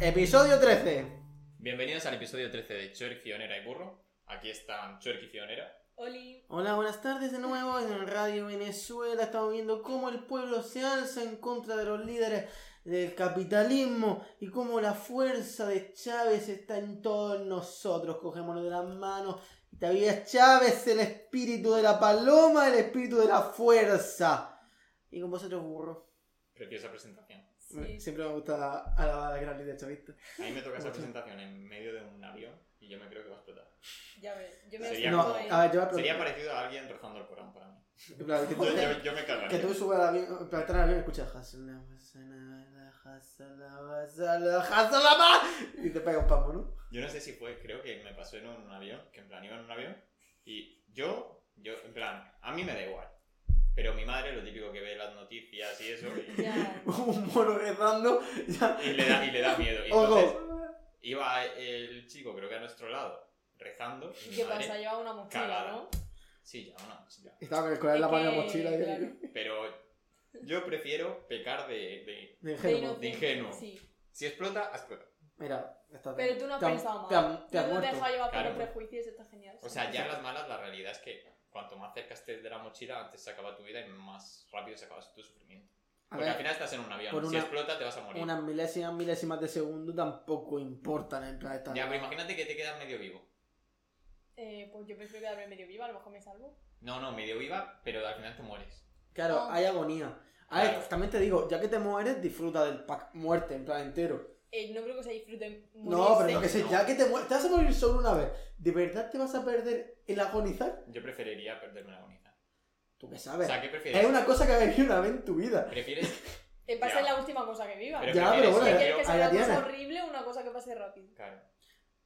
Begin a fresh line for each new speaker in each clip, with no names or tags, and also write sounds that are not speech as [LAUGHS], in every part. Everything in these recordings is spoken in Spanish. Episodio 13.
Bienvenidos al episodio 13 de Chuerk, Fionera y Burro. Aquí están Chuerk y Fionera.
Oli.
Hola, buenas tardes de nuevo en Radio Venezuela. Estamos viendo cómo el pueblo se alza en contra de los líderes del capitalismo y cómo la fuerza de Chávez está en todos nosotros. Cogémonos de las manos. Y todavía es Chávez, el espíritu de la paloma, el espíritu de la fuerza. Y con vosotros, burro.
Preciosa presentación.
Sí.
Siempre me gusta alabar al gran líder chavista.
A mí me toca esa presentación en medio de un avión y yo me creo que va a explotar.
Ah,
Ya ves. Yo me
Sería
No,
como-
a ver, yo voy a
Sería
preguntar.
parecido a alguien rozando el Corán para mí.
En plan, que tú-
Yo, yo- yo me
Que tú
cargaría.
subas al avión, para estar en el avión y escuchas Hasana, Hasana, Hasana, Hasana, Hasana, ma", y te pega un pamo, ¿no? [LAUGHS]
Yo no sé si fue, creo que me pasó en un avión, que en plan iba en un avión y yo, yo, en plan, a mí me da igual. Pero mi madre, lo típico que ve las noticias y eso, y,
Ya.
Un mono rezando, ya.
y le, da, y le da miedo. Y entonces
Ojo,
iba el chico, creo que a nuestro lado, rezando. y mi
¿Qué
madre-
pasa? Lleva una mochila,
Cagada.
¿no?
Sí, ya, una mochila.
estaba con el colar en la
Es
mano en
que,
la mochila y
claro,
Pero yo prefiero pecar de- de,
de
de
ingenuo.
inocente,
ingenuo.
Sí.
Si explota, explota.
Mira, está bien.
Pero tú no has
Te ha-
pensado mal.
Te has, te has
no te
muerto.
dejas llevar por
Claro.
los prejuicios, está genial.
O sea, ya en las malas la realidad es que cuanto más cerca estés de la mochila, antes se acaba tu vida y más rápido se acaba tu sufrimiento.
A
Porque al
ver,
final estás en un avión.
por
Si
una-
explota, te vas a morir.
unas milésimas, milésimas de segundo tampoco importan en plan esta.
Ya, pero imagínate que te quedas medio vivo.
Eh, pues yo prefiero quedarme medio viva, a lo mejor me salvo.
No, no, medio viva, pero al final te mueres.
Claro,
No.
hay agonía. A ver,
Claro.
también te digo, ya que te mueres, disfruta del pack muerte en plan entero.
Eh, no creo que se disfruten
No, pero yo que
que
sé,
no.
ya que te mueres, te vas a morir solo una vez. ¿De verdad te vas a perder el agonizar?
Yo preferiría perderme la agonía.
Tú qué
O
sabes.
sea, ¿qué prefieres?
es una cosa que has vivido una vez en tu vida.
¿Prefieres?
Eh, pasa es
Ya.
la última cosa que viva.
Pero
Ya,
prefieres-
pero bueno, eh, ya-
¿Qué quieres
prefiero-
que sea
ahí la
una cosa
tienes.
horrible o una cosa que pase rápido?
Claro.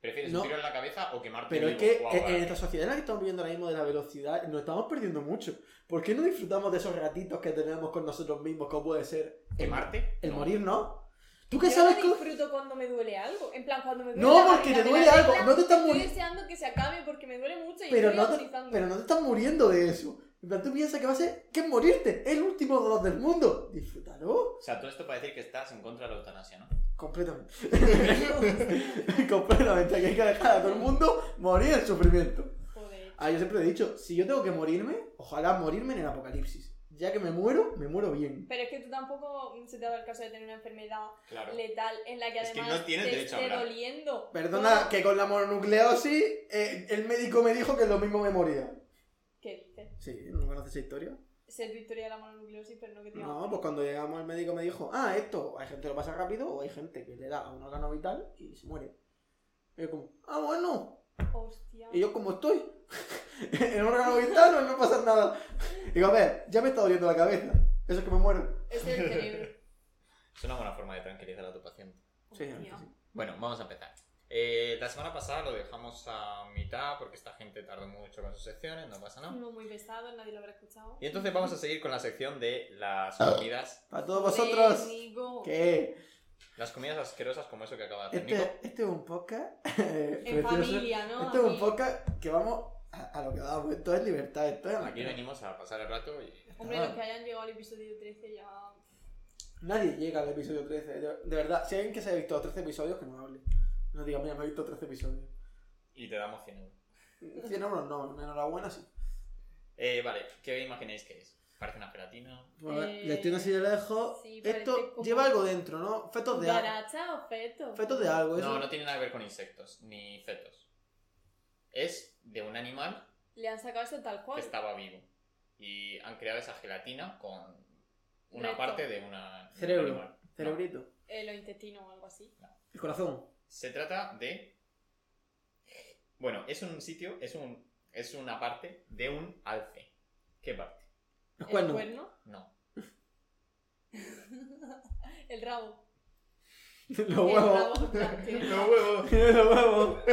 ¿Prefieres
No.
un tiro en la cabeza o quemarte
Pero es
vivo?
que
Guau,
en-
guau.
en esta sociedad en la que estamos viviendo ahora mismo de la velocidad, nos estamos perdiendo mucho. ¿Por qué no disfrutamos de esos ratitos que tenemos con nosotros mismos, como puede ser el,
¿Quemarte?
el
No.
morir, no? ¿Tú qué
Yo
sabes
no
cómo-
disfruto cuando me duele algo. En plan, cuando me duele
No,
la
porque te
barriga de
duele
la
algo,
regla,
no te estás
Estoy
muri-
deseando que se acabe porque me duele mucho y
Pero
estoy
no, te,
agonizando.
pero no te estás muriendo de eso. En plan, tú piensas que va a ser que es morirte, es el último dolor del mundo. Disfrútalo
O sea, todo esto para decir que estás en contra de la eutanasia, ¿no?
completamente. [LAUGHS] Completamente, que hay que dejar a todo el mundo morir el sufrimiento.
Joder.
Ah, yo siempre he dicho, si yo tengo que morirme, ojalá morirme en el apocalipsis. Ya que me muero, me muero bien.
Pero es que tú tampoco mm, se te ha dado el caso de tener una enfermedad
Claro.
letal en la que
Es que
además
no tienes
te
derecho a
esté
hablar.
doliendo.
Perdona,
No.
que con la mononucleosis eh, el médico me dijo que lo mismo me moría.
¿Qué dices?
Sí, ¿no conoces esa historia?
Sé tu historia de la mononucleosis, pero no que te
No, pues cuando llegamos el médico me dijo, ah, esto, hay gente que lo pasa rápido o hay gente que le da a un órgano vital y se muere. Y yo como, ah, bueno,
Hostia.
Y yo como estoy. [LAUGHS] en un órgano vital no me pasa nada. Digo, a ver, ya me está doliendo la cabeza. Eso es que me muero.
Es el
[LAUGHS]
cerebro.
Es una buena forma de tranquilizar a tu paciente.
Sí,
Hostia.
sí, sí.
Bueno, vamos a empezar. Eh, la semana pasada lo dejamos a mitad porque esta gente tardó mucho con sus secciones, no pasa nada.
Uno muy pesado, nadie lo habrá escuchado.
Y entonces vamos a seguir con la sección de las
Ah.
comidas,
Para todos vosotros.
Nico.
¿Qué?
las comidas asquerosas como eso que acaba de hacer Nico.
Este, este es un podcast. [LAUGHS] eh,
En
precioso.
familia, ¿no?
Este es un
Aquí.
podcast que vamos a, a lo que damos. Esto es libertad. Esto es
Aquí
anarquía.
venimos a pasar el rato y
Hombre,
Ah.
los que hayan llegado al episodio 13 ya.
Nadie llega al episodio 13. De, de verdad, si hay alguien que se ha visto 13 episodios, que no hable. No diga, mira, me he visto 13 episodios.
y te damos 100 euros.
100 euros no, enhorabuena sí.
Eh, vale, ¿qué imagináis que es? Parece una gelatina.
Bueno,
Eh,
le estoy así de lejos.
sí, parece
Esto
como-
lleva algo dentro, ¿no? Fetos de algo.
¿Garacha o feto?
Fetos de algo, eso.
No, no tiene nada que ver con insectos ni fetos. Es de un animal
Le han sacado eso tal
que
cual.
estaba vivo y han creado esa gelatina con una
Recto.
parte de una de un
Cerebro.
animal.
Cerebrito.
Eh, los intestinos o algo así.
El corazón.
Se trata de. Bueno, es un sitio, es un. Es una parte de un alce. ¿Qué parte?
Los
El
cuernos.
cuerno.
No.
El rabo.
[LAUGHS] Los
El
huevos. [LAUGHS]
rabo,
[LAUGHS]
claro, que-
huevos.
Los huevos.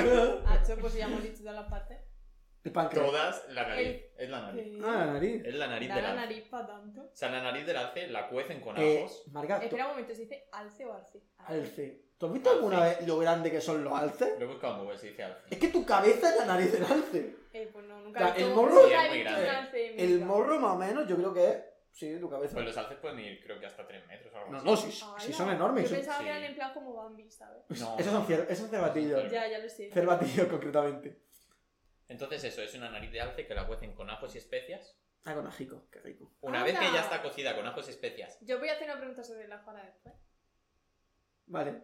[LAUGHS]
Ah, eso, pues ya hemos dicho todas las partes.
El páncreas.
Todas la nariz. Es la nariz.
Que-
Ah, la nariz.
Es la nariz
Da
del
la
alce.
nariz para tanto.
O sea, la nariz del alce la cuecen con
Eh,
ajos.
Margato.
Espera un momento, ¿se dice alce o alce?
Alce. ¿Tú has visto alguna vez lo grande que son los alces?
Lo he buscado en Google, se dice alce.
Es que tu cabeza es la nariz del alce.
Eh, pues no,
O sea,
nunca he visto-
el morro-
nunca
Sí, es
he
muy
visto un
grande.
alce en mi
El
vida.
morro, más o menos, yo creo que es Sí, tu cabeza.
Pues los alces pueden medir, creo que hasta 3 metros o algo
No,
así.
no, si, si
Ala,
son enormes.
Ah, Yo pensaba
Sí.
que eran en plan como Bambi, ¿sabes?
No,
Esos son, cier- esos son cervatillos.
Ya, ya lo sé.
Cervatillos, concretamente.
Entonces eso, es una nariz de alce que la cuecen con ajos y especias.
Ah, con ajico, qué rico.
Una
¡Anda!
vez que ya está cocida con ajos y especias,
Yo voy a hacer una pregunta sobre la Juana después.
Vale.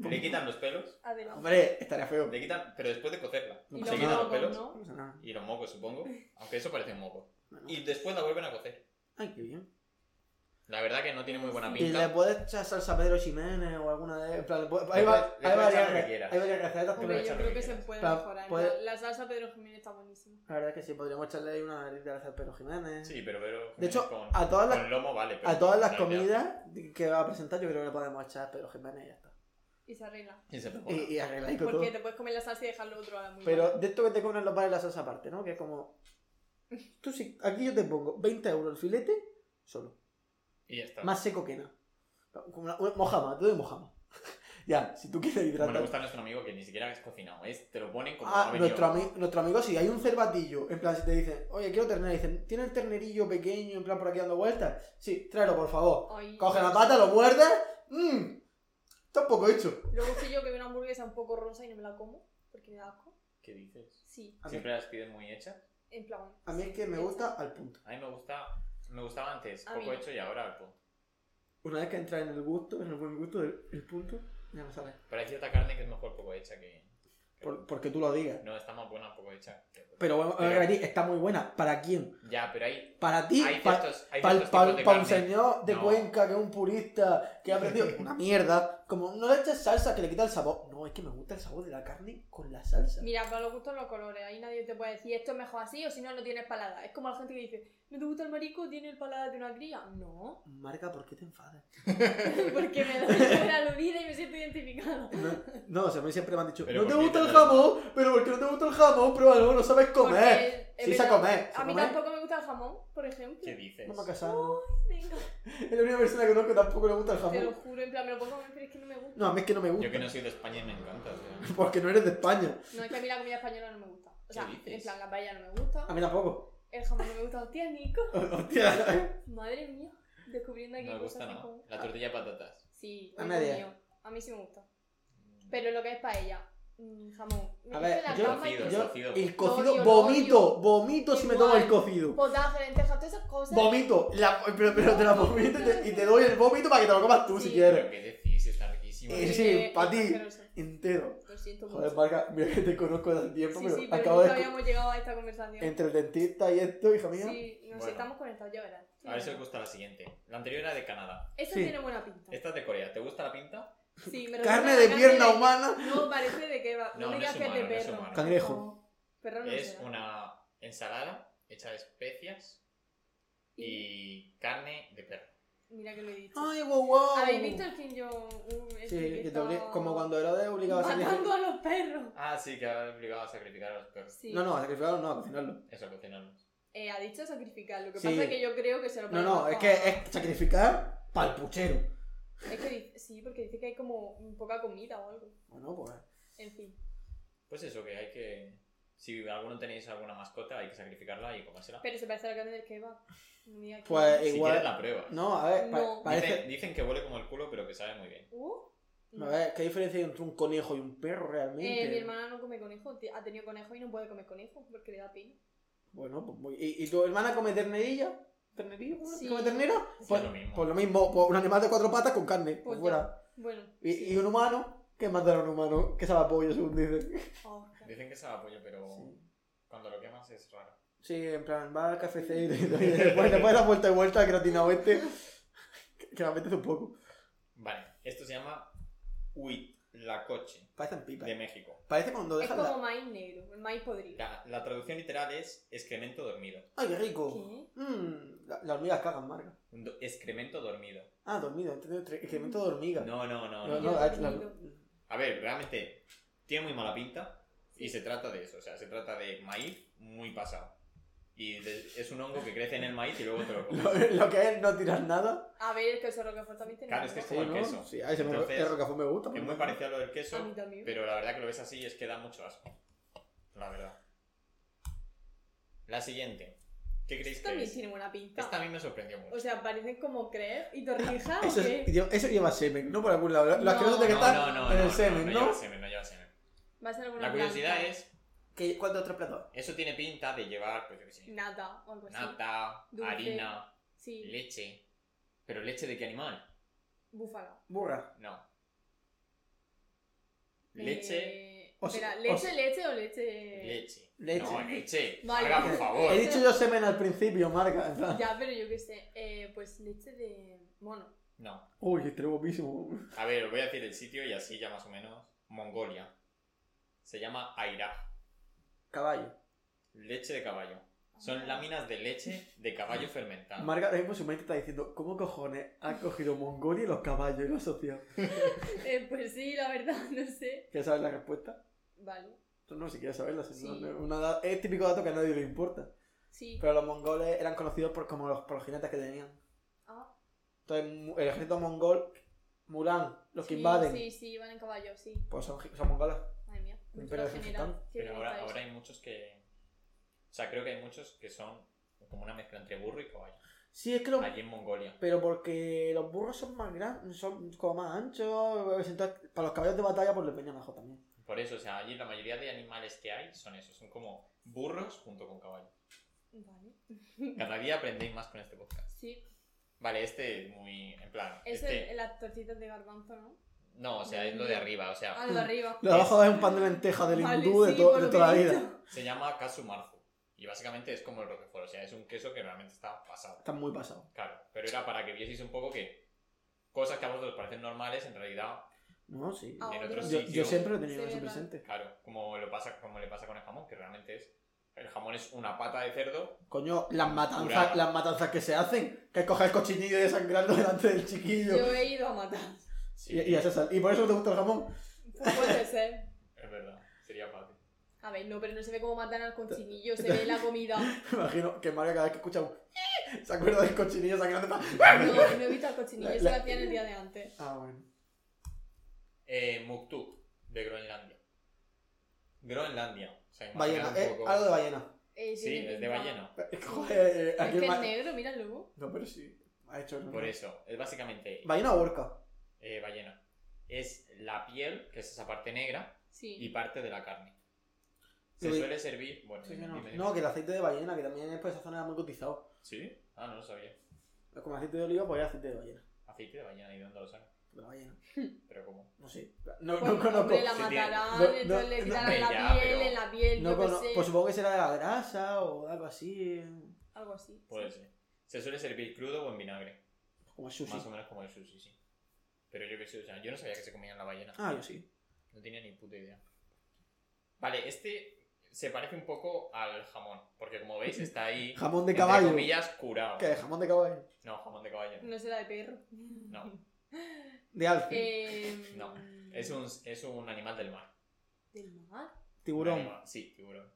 le quitan los pelos,
Adelante.
Hombre, estaría feo.
le quitan, pero después de cocerla.
No
y
pasa
los
se quitan
nada.
los pelos
mocos, ¿no?
No pasa nada.
y los mocos, supongo. Aunque eso parece un moco.
Bueno.
Y después la vuelven a cocer.
Ay, qué bien.
La verdad que no tiene muy buena
Y le
pinta.
puedes echar salsa a Pedro Jiménez o alguna de. en plan, le puedes-
Le
hay, va-
puedes- le
hay
puedes echar
varias,
lo que
re-
quieras.
hay varias recetas.
puedes
Hombre,
pero
yo
echar lo
creo
que
que se
quieras.
puede
Pa-
mejorar. En
puede-
plan, La salsa Pedro Jiménez está buenísima.
La verdad es que sí, podríamos echarle ahí una nariz de grasa a Pedro Jiménez.
Sí, pero, pero
De hecho,
con,
a todas las,
con lomo vale. pero
a todas las
con nariz de alce.
comidas que va a presentar, yo creo que le podemos echar a Pedro Jiménez y ya está.
Y se arregla.
Y se mejora.
Y, y arregláis con todo.
Porque te puedes comer la salsa y dejarlo otro a la muy
Pero de esto que te cobran los bares la salsa aparte, ¿no? Que es como. Tú sí, aquí yo te pongo 20 euros el filete solo.
Y ya está.
Más seco que nada. Como una, una- mojama, te doy mojama. [LAUGHS] ya, si tú quieres
Como le
hidratar.
gusta a nuestro amigo que ni siquiera es cocinado, es, te lo ponen como ha
Ah,
venido.
nuestro, ami- nuestro amigo, si hay un cervatillo, en plan, si te dicen, oye, quiero ternera, dicen, ¿tiene el ternerillo pequeño, en plan, por aquí dando vueltas? Sí, tráelo, por favor.
Ay,
Coge la pata, lo muerdes, mmm, está un poco hecho.
Luego sé yo que veo una hamburguesa un poco rosa y no me la como, porque me da asco.
¿Qué dices?
Sí,
A mí,
Siempre las piden muy hechas.
en plan.
a mí es que me gusta al punto.
A mí me gusta, me gustaba antes,
A
poco
mí.
hecho y ahora poco.
Una vez que entras en el gusto, en el buen gusto del el punto, ya no sabes.
Pero hay cierta carne que es mejor poco hecha que.
Por- porque tú lo digas.
No, está más buena poco hecha. que-
Pero bueno,
Pero-
a ver, está muy buena. ¿Para quién?
Ya, pero hay,
Para ti,
hay
para
ciertos, hay
Para
ciertos tipos de
un
carne.
señor de
No.
Cuenca que es un purista que ha
[LAUGHS]
aprendido una mierda, como no le eches salsa que le quita el sabor. No, es que me gusta el sabor de la carne con la salsa.
Mira, para los gustos los colores, ahí nadie te puede decir esto es mejor así o si no, no tienes palada. Es como la gente que dice, ¿no te gusta el marico? ¿Tiene el palada de una cría? No, [LAUGHS]
Marca, ¿por qué te enfadas?
porque me da la aludida y me siento identificado.
No, no, o sea, a mí siempre me han dicho,
Pero
no te
¿por qué
gusta
te
el
la-
jamón, pero ¿por qué no te gusta el jamón? Pruébalo, no sabes comer.
Porque, es
Sí, se
verdad,
come, se
A mí
come.
tampoco me gusta el jamón, por ejemplo.
¿Qué dices?
Vamos a casarnos.
Venga,
Es la única persona que conozco que tampoco le gusta el
te lo
jamón.
juro, en plan, me lo puedo comer, pero es que no me gusta.
No, a mí es que no me gusta.
Yo que no soy de España y me encanta. o
[LAUGHS]
sea.
Porque no eres de España.
No, es que a mí la comida española no me gusta. O sea,
¿Qué dices?
en plan, la paella no me gusta,
A mí tampoco. [LAUGHS]
el jamón no me gusta. Hostia, Nico,
Hostia.
madre mía, descubriendo aquí
No me gusta,
cosas que
¿no?
como.
La tortilla de patatas.
Sí,
A
me
nadie.
comió. A mí sí me gusta. Pero lo que es paella, mm, jamón. Me
A ver,
hizo la
yo-
gamba y
Cocido,
queso.
Yo,
cocido.
el
Lo
cocido,
odio, lo
vomito,
odio.
vomito si me tomo el cocido.
Potaje, lentejas, todas esas cosas.
Vomito, la- pero, pero te la vomito y te, y te doy el vómito para que te lo comas tú si
Sí.
quieres.
Pero qué decís, está riquísimo.
Eh,
Y
sí,
me-
pa' ti.
asqueroso.
Entero.
Lo siento
Joder,
mucho.
Marca, mira que te conozco desde hace tiempo,
Sí,
pero,
sí, pero
acabo de.
nunca habíamos llegado a esta conversación.
Entre el dentista y esto, hija mía.
Sí, nos
Bueno.
estamos conectados, ya verás.
A ver si os gusta la siguiente. La anterior era de Canadá.
Esta
Sí.
tiene buena pinta.
Esta es de Corea. ¿Te gusta la pinta?
Sí, me recuerda
Carne
a
de
la
pierna
de-
humana.
No, parece de que va.
No,
No,
no
me digas
es
que es de
humano, no es
perro.
humano.
Cangrejo.
No, perro no
Es
será.
una ensalada hecha de especias y carne de perro.
Mira que lo he dicho.
Ay, guau, guau.
¿Habéis visto el Kim Jong-un?
Sí,
este
que te
está
obli- como cuando era de obligado a
Matando
sacrificar.
a los perros.
Ah, sí, que ha obligado a sacrificar a los perros.
Sí.
No, no, a sacrificarlo no, a cocinarlo.
Eso, cocinarnos.
Eh, ha dicho sacrificar. Lo que
Sí.
pasa es que yo creo que se lo
No,
ponen
no,
bajo
es
a-
que es sacrificar pa'l puchero.
Es que dice- sí, porque dice que hay como poca comida o algo.
Bueno, pues.
En fin.
Pues eso, que hay que... Si alguno tenéis alguna mascota, hay que sacrificarla y comérsela.
Pero se parece a la carne del kebab. No me digas que-
Pues
Si
igual.
quieres la prueba.
No, a ver, pa-
No.
parece.
Dicen, dicen que huele como el culo, pero que sabe muy bien.
Uh, no.
A ver, ¿qué diferencia hay entre un conejo y un perro realmente?
Eh, mi hermana no come conejo. Ti- Ha tenido conejo y no puede comer conejo porque le da pena.
Bueno, pues muy... ¿Y, y tu hermana come ternerilla? ¿Ternerilla? ¿Come-
Sí.
¿Come ternera?
Sí,
Pues,
es lo mismo.
pues lo mismo, pues un animal de cuatro patas con carne, por
Pues
fuera.
Bueno.
Y,
sí.
y un humano, ¿qué más dará un humano? Que sabe a pollo, según dicen.
Oh, qué-
Dicen que sabe a pollo, pero
Sí.
cuando lo quemas es raro.
Sí, en plan, va al KFC y [LAUGHS] después le la vuelta y vuelta al gratinado este. Que, que me apetece un poco.
Vale, esto se llama Huitlacoche,
Parecen pipas.
de México.
Parece cuando
Es
dejas
como
la...
maíz negro, el maíz podrido.
La, la traducción literal es excremento dormido.
¡Ay, qué rico!
¿Qué?
Mmm, las hormigas cagan, marca.
Un do- excremento dormido.
Ah, dormido, entendido, tre- excremento de hormiga.
No, no, no.
no,
no.
no,
Yo
ah, la-
dormido.
A ver, realmente tiene muy mala pinta y se trata de eso. O sea, se trata de maíz muy pasado. Y de- es un hongo que crece en el maíz y luego te lo
[LAUGHS]
comes.
lo, [LAUGHS] lo que es no tirar nada.
A ver, el queso roquefort también tiene.
Claro, es que
queso.
Sí,
Como el
¿no?
queso.
Sí, a ese me-
Entonces,
el rocafón me gusta. por
Es muy
ejemplo.
parecido a lo del
A mí
queso,
también.
pero la verdad que lo ves así y es que da mucho asco. La verdad. La siguiente. ¿Qué creéis que
También
es?
tiene buena pinta.
Esta a mí me sorprendió mucho.
O sea, parecen como creer y torrijas
[LAUGHS]
o
Eso,
qué.
es- Dios, eso lleva semen, no por algún lado. Lo- Lo
Ah, No.
asqueroso de que
no,
está
no, no,
en
no,
el semen, ¿no?
No lleva semen, no lleva semen.
Va a ser alguna
La curiosidad
planta.
es,
¿Qué, ¿Cuántos tres platos?
eso tiene pinta de llevar, pues yo qué sé,
Nata o algo así.
nata,
Dulce.
harina,
Sí,
leche. ¿Pero leche de qué animal?
búfala.
Burra.
No. Leche,
Eh,
O
espera,
sea- o
¿leche,
sea-
leche o leche?
leche.
leche. Eh,
No, leche.
Vale.
Haga, por favor.
He dicho yo semen al principio, marca. en plan.
Ya, pero yo qué sé. Eh, pues leche de mono.
No.
Uy, qué trebobísimo.
A ver, os voy a decir el sitio y así ya más o menos. Mongolia. Se llama Aira.
Caballo.
Leche de caballo. Son láminas de leche de caballo fermentada.
Marca, ahora mismo su mente está diciendo, ¿cómo cojones ha cogido Mongolia y los caballos y lo asociado?
Eh, pues sí, la verdad, [LAUGHS] no sé.
¿Quieres saber la respuesta?
Vale.
Tú no, si quieres saberla. si no,
Sí.
no- una da- es típico dato que a nadie le importa.
Sí.
Pero los mongoles eran conocidos por, como los, por los jinetes que tenían.
Ah,
Entonces, mu- el ejército mongol, Murán, los que
sí,
invaden,
Sí, sí, van en caballo, sí.
pues son, gi- son mongoles.
Madre mía.
Pero
cultura
es
general.
mexicano.
Qué
Pero
bien
ahora,
está
ahora
eso.
hay muchos que... O sea, creo que hay muchos que son como una mezcla entre burro y caballo.
Sí, es que los...
Allí en Mongolia.
Pero porque los burros son más grandes, son como más anchos, entonces para los caballos de batalla pues les venía mejor también.
Por eso, o sea, allí la mayoría de animales que hay son esos. Son como burros junto con caballo.
Vale.
Cada día aprendéis más con este podcast.
Sí.
Vale, este es muy... En plan...
Es
este...
el- las tortitas de garbanzo, ¿no?
No, o sea, es lo de arriba. O sea,
[LAUGHS]
Algo arriba.
Lo de abajo es un pan de lentejas del
Vale,
hindú de,
sí,
to-
por
de
lo
toda la
que he
vida.
dicho.
Se llama Casu Marzu. Y básicamente es como el Roquefort. O sea, es un queso que realmente está pasado.
Está muy pasado.
Claro. Pero era para que vieseis un poco que cosas que a vosotros parecen normales, en realidad,
No, sí.
Ah,
en
otro
otros
yo,
sitios.
yo siempre lo he tenido
Sí,
eso
verdad.
presente.
Claro, como, lo pasa, como le pasa con el jamón, que realmente es. El jamón es una pata de cerdo.
Coño, las matanzas,
Curado.
las matanzas que se hacen, que coges el cochinillo y desangrarlo delante del chiquillo.
Yo he ido a matar. [LAUGHS]
Y, y haces sal- y por eso te gusta el jamón. [LAUGHS]
Pues puede ser.
Es verdad, sería fácil.
A ver, no, pero no se ve cómo matan al cochinillo, se ve la comida.
[LAUGHS] Me imagino que María cada vez que escucha un "Eh", se acuerda del cochinillo sangrando.
No,
pa-
no he visto al cochinillo,
La-
se lo
la-
hacían el día de antes.
Ah, bueno.
Eh, Muktuk, de Groenlandia. Groenlandia. O sea,
Ballena,
imaginad un
eh,
poco-
algo de ballena.
Eh,
Sí,
tiene
es de
pinta.
ballena.
Es que, joder, eh,
Es
aquí
que
el
es
ma-
negro, míralo.
No, pero sí. Ha hecho el-
Por eso, es básicamente
Ballena o orca.
eh, ballena. Es la piel, que es esa parte negra, y
Sí.
parte de la carne. Se
Lo que-
suele servir. Bueno,
Sí que
dime,
no.
dime.
No, que el aceite de ballena, que también es por esa zona muy cotizado.
¿Sí? Ah, no lo sabía.
Como aceite de oliva, pues hay aceite de ballena.
Aceite de ballena, ¿y de dónde lo sacan?
De la ballena.
Pero cómo.
No sé. No,
Pues,
no conozco.
hombre, la
Sí,
matarán,
tiene- no,
entonces
no,
le
no,
quitarán la
ya,
piel,
pero-
en la piel,
No
yo qué
cono-
sé.
Pues supongo que será de la grasa o algo así. eh,
Algo así.
Puede ser. Se suele servir crudo o en vinagre.
Como sushi.
Más o menos como el sushi, sí. Pero yo que sé, o sea, yo no sabía que se comían la ballena.
Ah, yo sí.
No tenía ni puta idea. Vale, este se parece un poco al jamón. Porque como veis, está ahí.
[LAUGHS] Jamón de
entre
caballo.
comillas, curado.
¿Qué? ¿Jamón de caballo?
No, jamón de caballo. no.
No será de perro. [LAUGHS]
No.
De alce.
Eh,
No, Es, un, es un animal del mar.
¿Del mar?
Un
Tiburón.
animal- Sí, tiburón.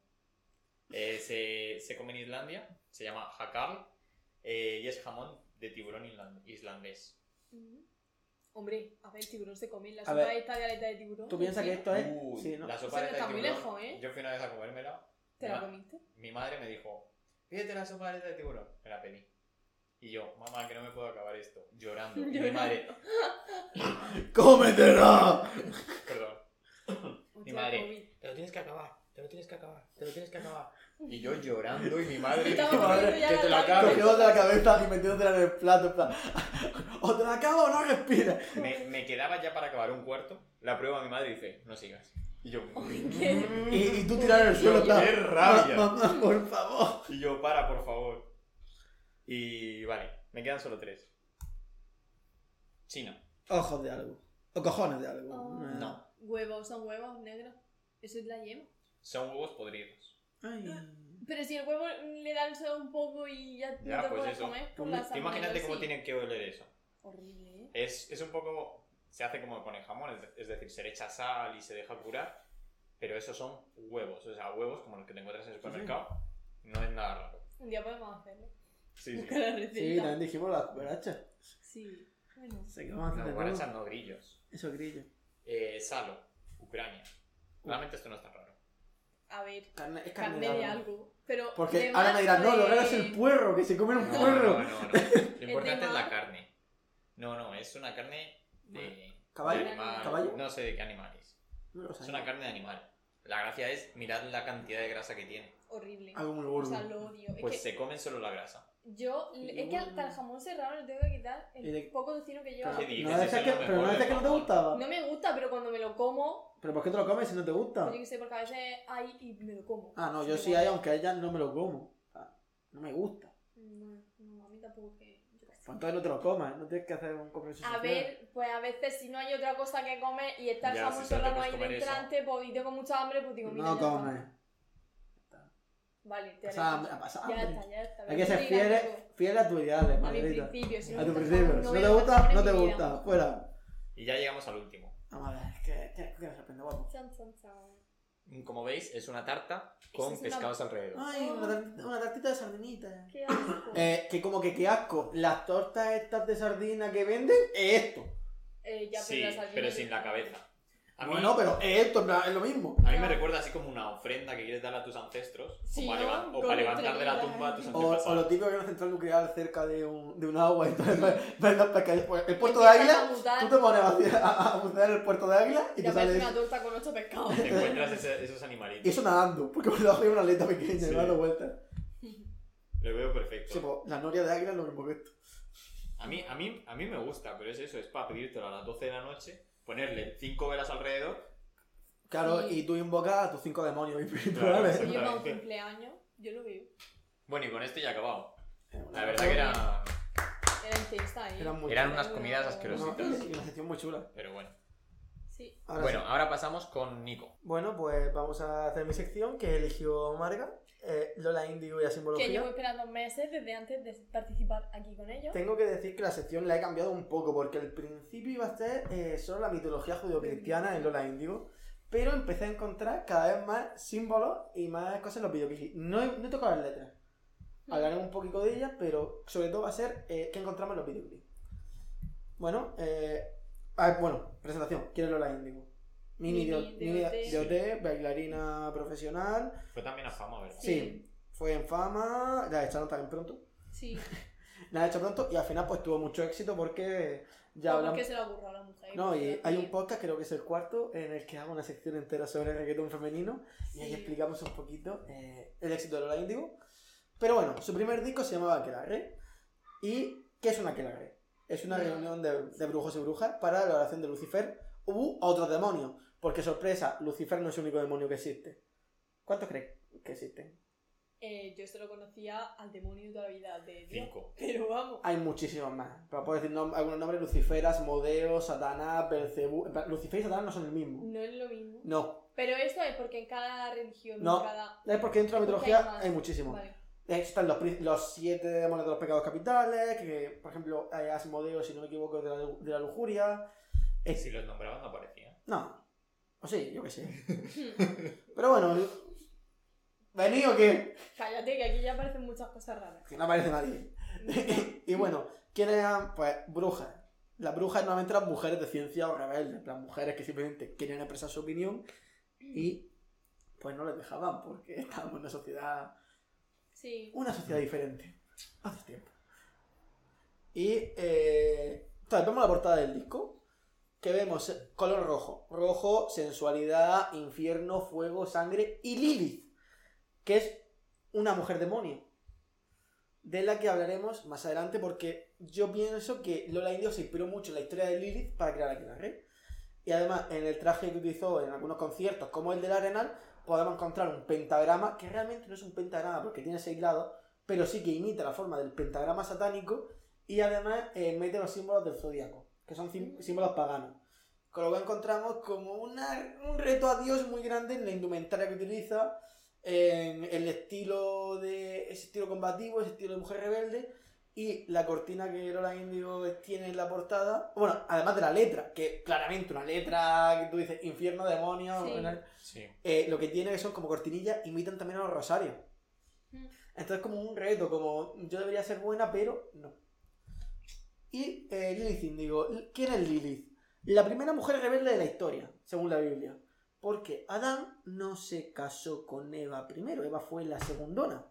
Eh, se, se come en Islandia, se llama jacal eh, y es jamón de tiburón islan- islandés.
Mm. Hombre, a ver, tiburón se come. La
A
sopa
ver,
esta de aleta de tiburón.
¿Tú piensas que
encima,
esto es...?
Uy,
sí, ¿no?
La
Eso
sopa
no
de
está muy
tiburón.
lejos, ¿eh?
Yo fui una vez a comérmela.
¿Te
mi,
la
ma-
comiste?
mi madre me dijo, pídete la sopa de aleta de tiburón. Me la pedí. Y yo, mamá, que no me puedo acabar esto. Llorando. Y mi
[LAUGHS] Llorando.
madre,
¡Cómetela!
perdón.
Hostia,
madre.
COVID.
Te lo tienes que acabar, te lo tienes que acabar, te lo tienes que acabar. Y yo llorando y mi madre,
Estaba
"Mi madre,
comiendo ya
que
la
te lo
carne".
acabes.
Cogiéndote la cabeza y metiéndotela en el plato. en plan, [LAUGHS] O te la acabo o no respiras.
Me, me quedaba ya para acabar un cuarto. La prueba mi madre y dice, no sigas. Y yo, "Mm".
¿Qué? [LAUGHS]
Y, y tú tirar en el suelo. en
Yo,
plan,
qué rabia.
"Ma- Mamá, por favor.
y yo, para, por favor. Y vale, me quedan solo tres. China.
Ojos de algo. O cojones de algo.
Ah,
No.
Huevos, son huevos negros. Eso es la yema.
Son huevos podridos.
Ay.
Pero si el huevo le dan solo un poco y ya,
Ya,
no te
pues
puedes
eso.
comer
Tú-
por la
tú
Tú
salmonela,
imagínate cómo
sí.
tienen que oler eso.
Horrible, ¿eh?
Es, es un poco... Se hace como con el jamón, es, es decir, se le echa sal y se deja curar. Pero esos son huevos. O sea, huevos como los que te encuentras en el
Sí, sí.
supermercado. No es nada raro.
Un día podemos hacerlo.
Sí, sí.
Buscar la
Sí,
receta.
también dijimos las cucarachas.
Sí. Bueno.
Se que vamos a
Las
hacer de
guarachas
todo.
no grillos.
Eso grillo.
[LAUGHS]
Eh, Salo, Ucrania. Realmente esto no está raro.
a ver,
Carne, es carne,
carne
de
de
algo.
algo. Pero
Porque
de
ahora
más
me dirán, no, lo
de-
raro es el puerro, que se comen un puerro.
No, no, no. Lo importante es
[LAUGHS] tema-
la carne. No, no, es una carne de.
¿Caballo?
de animal,
¿Caballo?
No sé de qué animal es.
No lo
Es
sabía.
una carne de animal. La gracia es mirad la cantidad de grasa que tiene.
Horrible.
Algo muy
O
gordo.
sea, lo odio.
Pues
es que
se comen solo la grasa.
yo, es que al, al jamón serrano le tengo que quitar
Y
el
de-
poco tocino que lleva.
Pero
¿Qué
no
dices?
decías
Eso es
que,
lo
pero no
mejor
decías
del
que no te
jamón.
gustaba.
No me gusta, pero cuando me lo como,
¿Pero por qué te lo comes si no te gusta?
yo qué sé, porque a veces hay y me lo como.
Ah, no, yo
Me
sí
lo
hay,
como.
aunque a ella no me lo como. Ah, No me gusta.
No, no, a mí tampoco que. yo qué sé.
Pues entonces no te lo comas, no tienes que hacer un compromiso
A
social.
ver, pues a veces si no hay otra cosa que comer y está el
Ya,
jamón
si solo te
serrano ahí
puedes
de
comer eso.
entrante, pues y tengo mucha hambre, pues digo, mira.
No
ya está.
comes.
Vale, te
Pasa hambre,
haré.
pasa
Ya
hambre.
está, ya está.
Hay que ser
Venga,
fiel,
luego.
fiel a tus ideales,
A mi
Margarita.
principio, si no
A tu
me gusta el
principio.
jamón,
Si no te
veo
gusta,
jamón
no
en
te
mi vida.
gusta. Fuera.
Y ya llegamos al último.
Vamos a ver, es que tienes que sorprender, guapo.
Chan, chan, chan.
Como veis, es una tarta
Eso
con
es una-
pescados
Ah,
alrededor.
Ay, una, tar- una tartita de sardinita.
Qué asco.
Eh, que como que qué asco. Las tortas estas de sardina que venden es esto.
Eh, ya,
Sí,
las sardinas-
pero sin la cabeza. A mí,
Bueno, pero es esto, en plan, es lo mismo.
a mí me recuerda así como una ofrenda que quieres dar a tus ancestros.
Sí,
o para,
¿no?
levan- o
Con
para levantar de la
estrellitas.
tumba a tus
O, o
antepasados.
lo típico que hay una central nuclear cerca de un, de un agua, [LAUGHS] entonces van las pescadillas. Pues, El puerto de Águila,
Empiezas a
tú
mudar,
te pones a, bucear- a- a bucear en el puerto de Águila y
te
te
aparece
sales.
una torta con ocho [LAUGHS] pescados.
Te encuentras ese- esos
Y
animalitos.
eso nadando, porque por debajo hay una aleta pequeña
Sí.
y va dando vueltas.
Lo veo
Sí,
perfecto.
pues, la noria de Águila es lo mismo que esto.
A mí, a, mí, a mí me gusta, pero es eso, es para pedírtelo a las 12 de la noche, ponerle 5 velas alrededor.
Claro,
Sí.
y tú invocas a tus cinco demonios [LAUGHS]
Claro,
espirituales.
sí.
Yo para un
Exactamente.
cumpleaños, yo lo veo.
Bueno, y con esto ya he acabado. La
Una
verdad
cosa-
que era,
Era intensa, ¿eh?
eran muy
eran
chulas.
unas comidas asquerositas.
No, y [LAUGHS] una sección muy chula.
Pero bueno.
Sí.
Ahora
Bueno,
sí.
ahora pasamos con Nico.
Bueno, pues vamos a hacer mi sección que eligió Marga, eh, Lola Indigo y la simbología.
Que llevo esperando meses desde antes de participar aquí con ellos.
Tengo que decir que la sección la he cambiado un poco, porque al principio iba a ser eh, solo la mitología judio-cristiana en Lola Índigo, pero empecé a encontrar cada vez más símbolos y más cosas en los videoclips. No he, no he tocado las letras. Hablaré un poquito de ellas, pero sobre todo va a ser eh, qué encontramos en los videoclips. Bueno, eh, ah, bueno, presentación. ¿Quién es Lola Índigo? Mini,
Mini
Dio-
de
Mini
OT.
de OT, bailarina profesional.
Fue también a fama, ¿verdad?
Sí. Fue en fama, la echaron también pronto.
Sí.
La han hecho pronto y al final pues tuvo mucho éxito porque ya hablamos...
que se lo ocurrió a la mujer.
No, y hay un
poco
podcast, creo que es el cuarto, en el que hago una sección entera sobre el reggaetón femenino y ahí
Sí.
explicamos un poquito eh, el éxito de Lola Índigo. Pero bueno, su primer disco se llamaba Aquelarre. ¿Y qué es un Aquelarre? Es una
Ya.
reunión de, de brujos y brujas para la oración de Lucifer u otros demonios. Porque sorpresa, Lucifer no es el único demonio que existe. ¿Cuántos crees que existen?
Eh, yo solo conocía al demonio de toda la vida, al de Dios. [LAUGHS]
Cinco.
Pero vamos.
Hay muchísimos más. Pero puedo decir nom- algunos nombres: Lucifer, Asmodeo, Satanás, Belcebú. En plan, Lucifer y Satanás no son el mismo.
No es lo mismo.
No.
Pero eso es porque en cada religión, en
No.
cada.
Es porque dentro de la
Porque hay
mitología
más.
hay muchísimos.
Vale. [LAUGHS]
De hecho, están los, prín- los siete demonios de los pecados capitales. Que, por ejemplo, hay Asmodeo, si no me equivoco, de la, lu- de la lujuria.
Y
Es-
si los nombraban no aparecía.
No. O sí, yo qué sé. Pero bueno. ¿Vení o qué?
Cállate, que aquí ya aparecen muchas cosas raras.
[LAUGHS] Que no aparece nadie. y bueno, ¿quiénes eran? Pues brujas. Las brujas normalmente eran mujeres de ciencia o rebeldes, las mujeres que simplemente querían expresar su opinión y pues no les dejaban porque [LAUGHS] estábamos en una sociedad,
Sí.
una sociedad diferente, hace tiempo. Y eh, entonces vemos la portada del disco, que vemos eh, color rojo, rojo, sensualidad, infierno, fuego, sangre y Lilith, que es una mujer demonio, de la que hablaremos más adelante porque yo pienso que Lola Indio se inspiró mucho en la historia de Lilith para crear Aquelarre Y además, en el traje que utilizó en algunos conciertos, como el del Arenal, podemos encontrar un pentagrama, que realmente no es un pentagrama porque tiene seis lados, pero sí que imita la forma del pentagrama satánico y además eh, mete los símbolos del zodiaco, que son sim- símbolos paganos. Con lo que encontramos como una- un reto a Dios muy grande en la indumentaria que utiliza, en el estilo de ese estilo combativo, ese estilo de mujer rebelde y la cortina que Lola Indigo tiene en la portada. Bueno, además de la letra, que claramente una letra que tú dices infierno, demonio,
Sí.
una-
Sí.
eh, lo que tiene que son como cortinillas imitan también a los rosarios.
Mm.
Entonces como un reto, como yo debería ser buena, pero no. Y eh, Lilith Indigo, ¿quién es Lilith? La primera mujer rebelde de la historia, según la Biblia. Porque Adán no se casó con Eva primero, Eva fue la segundona.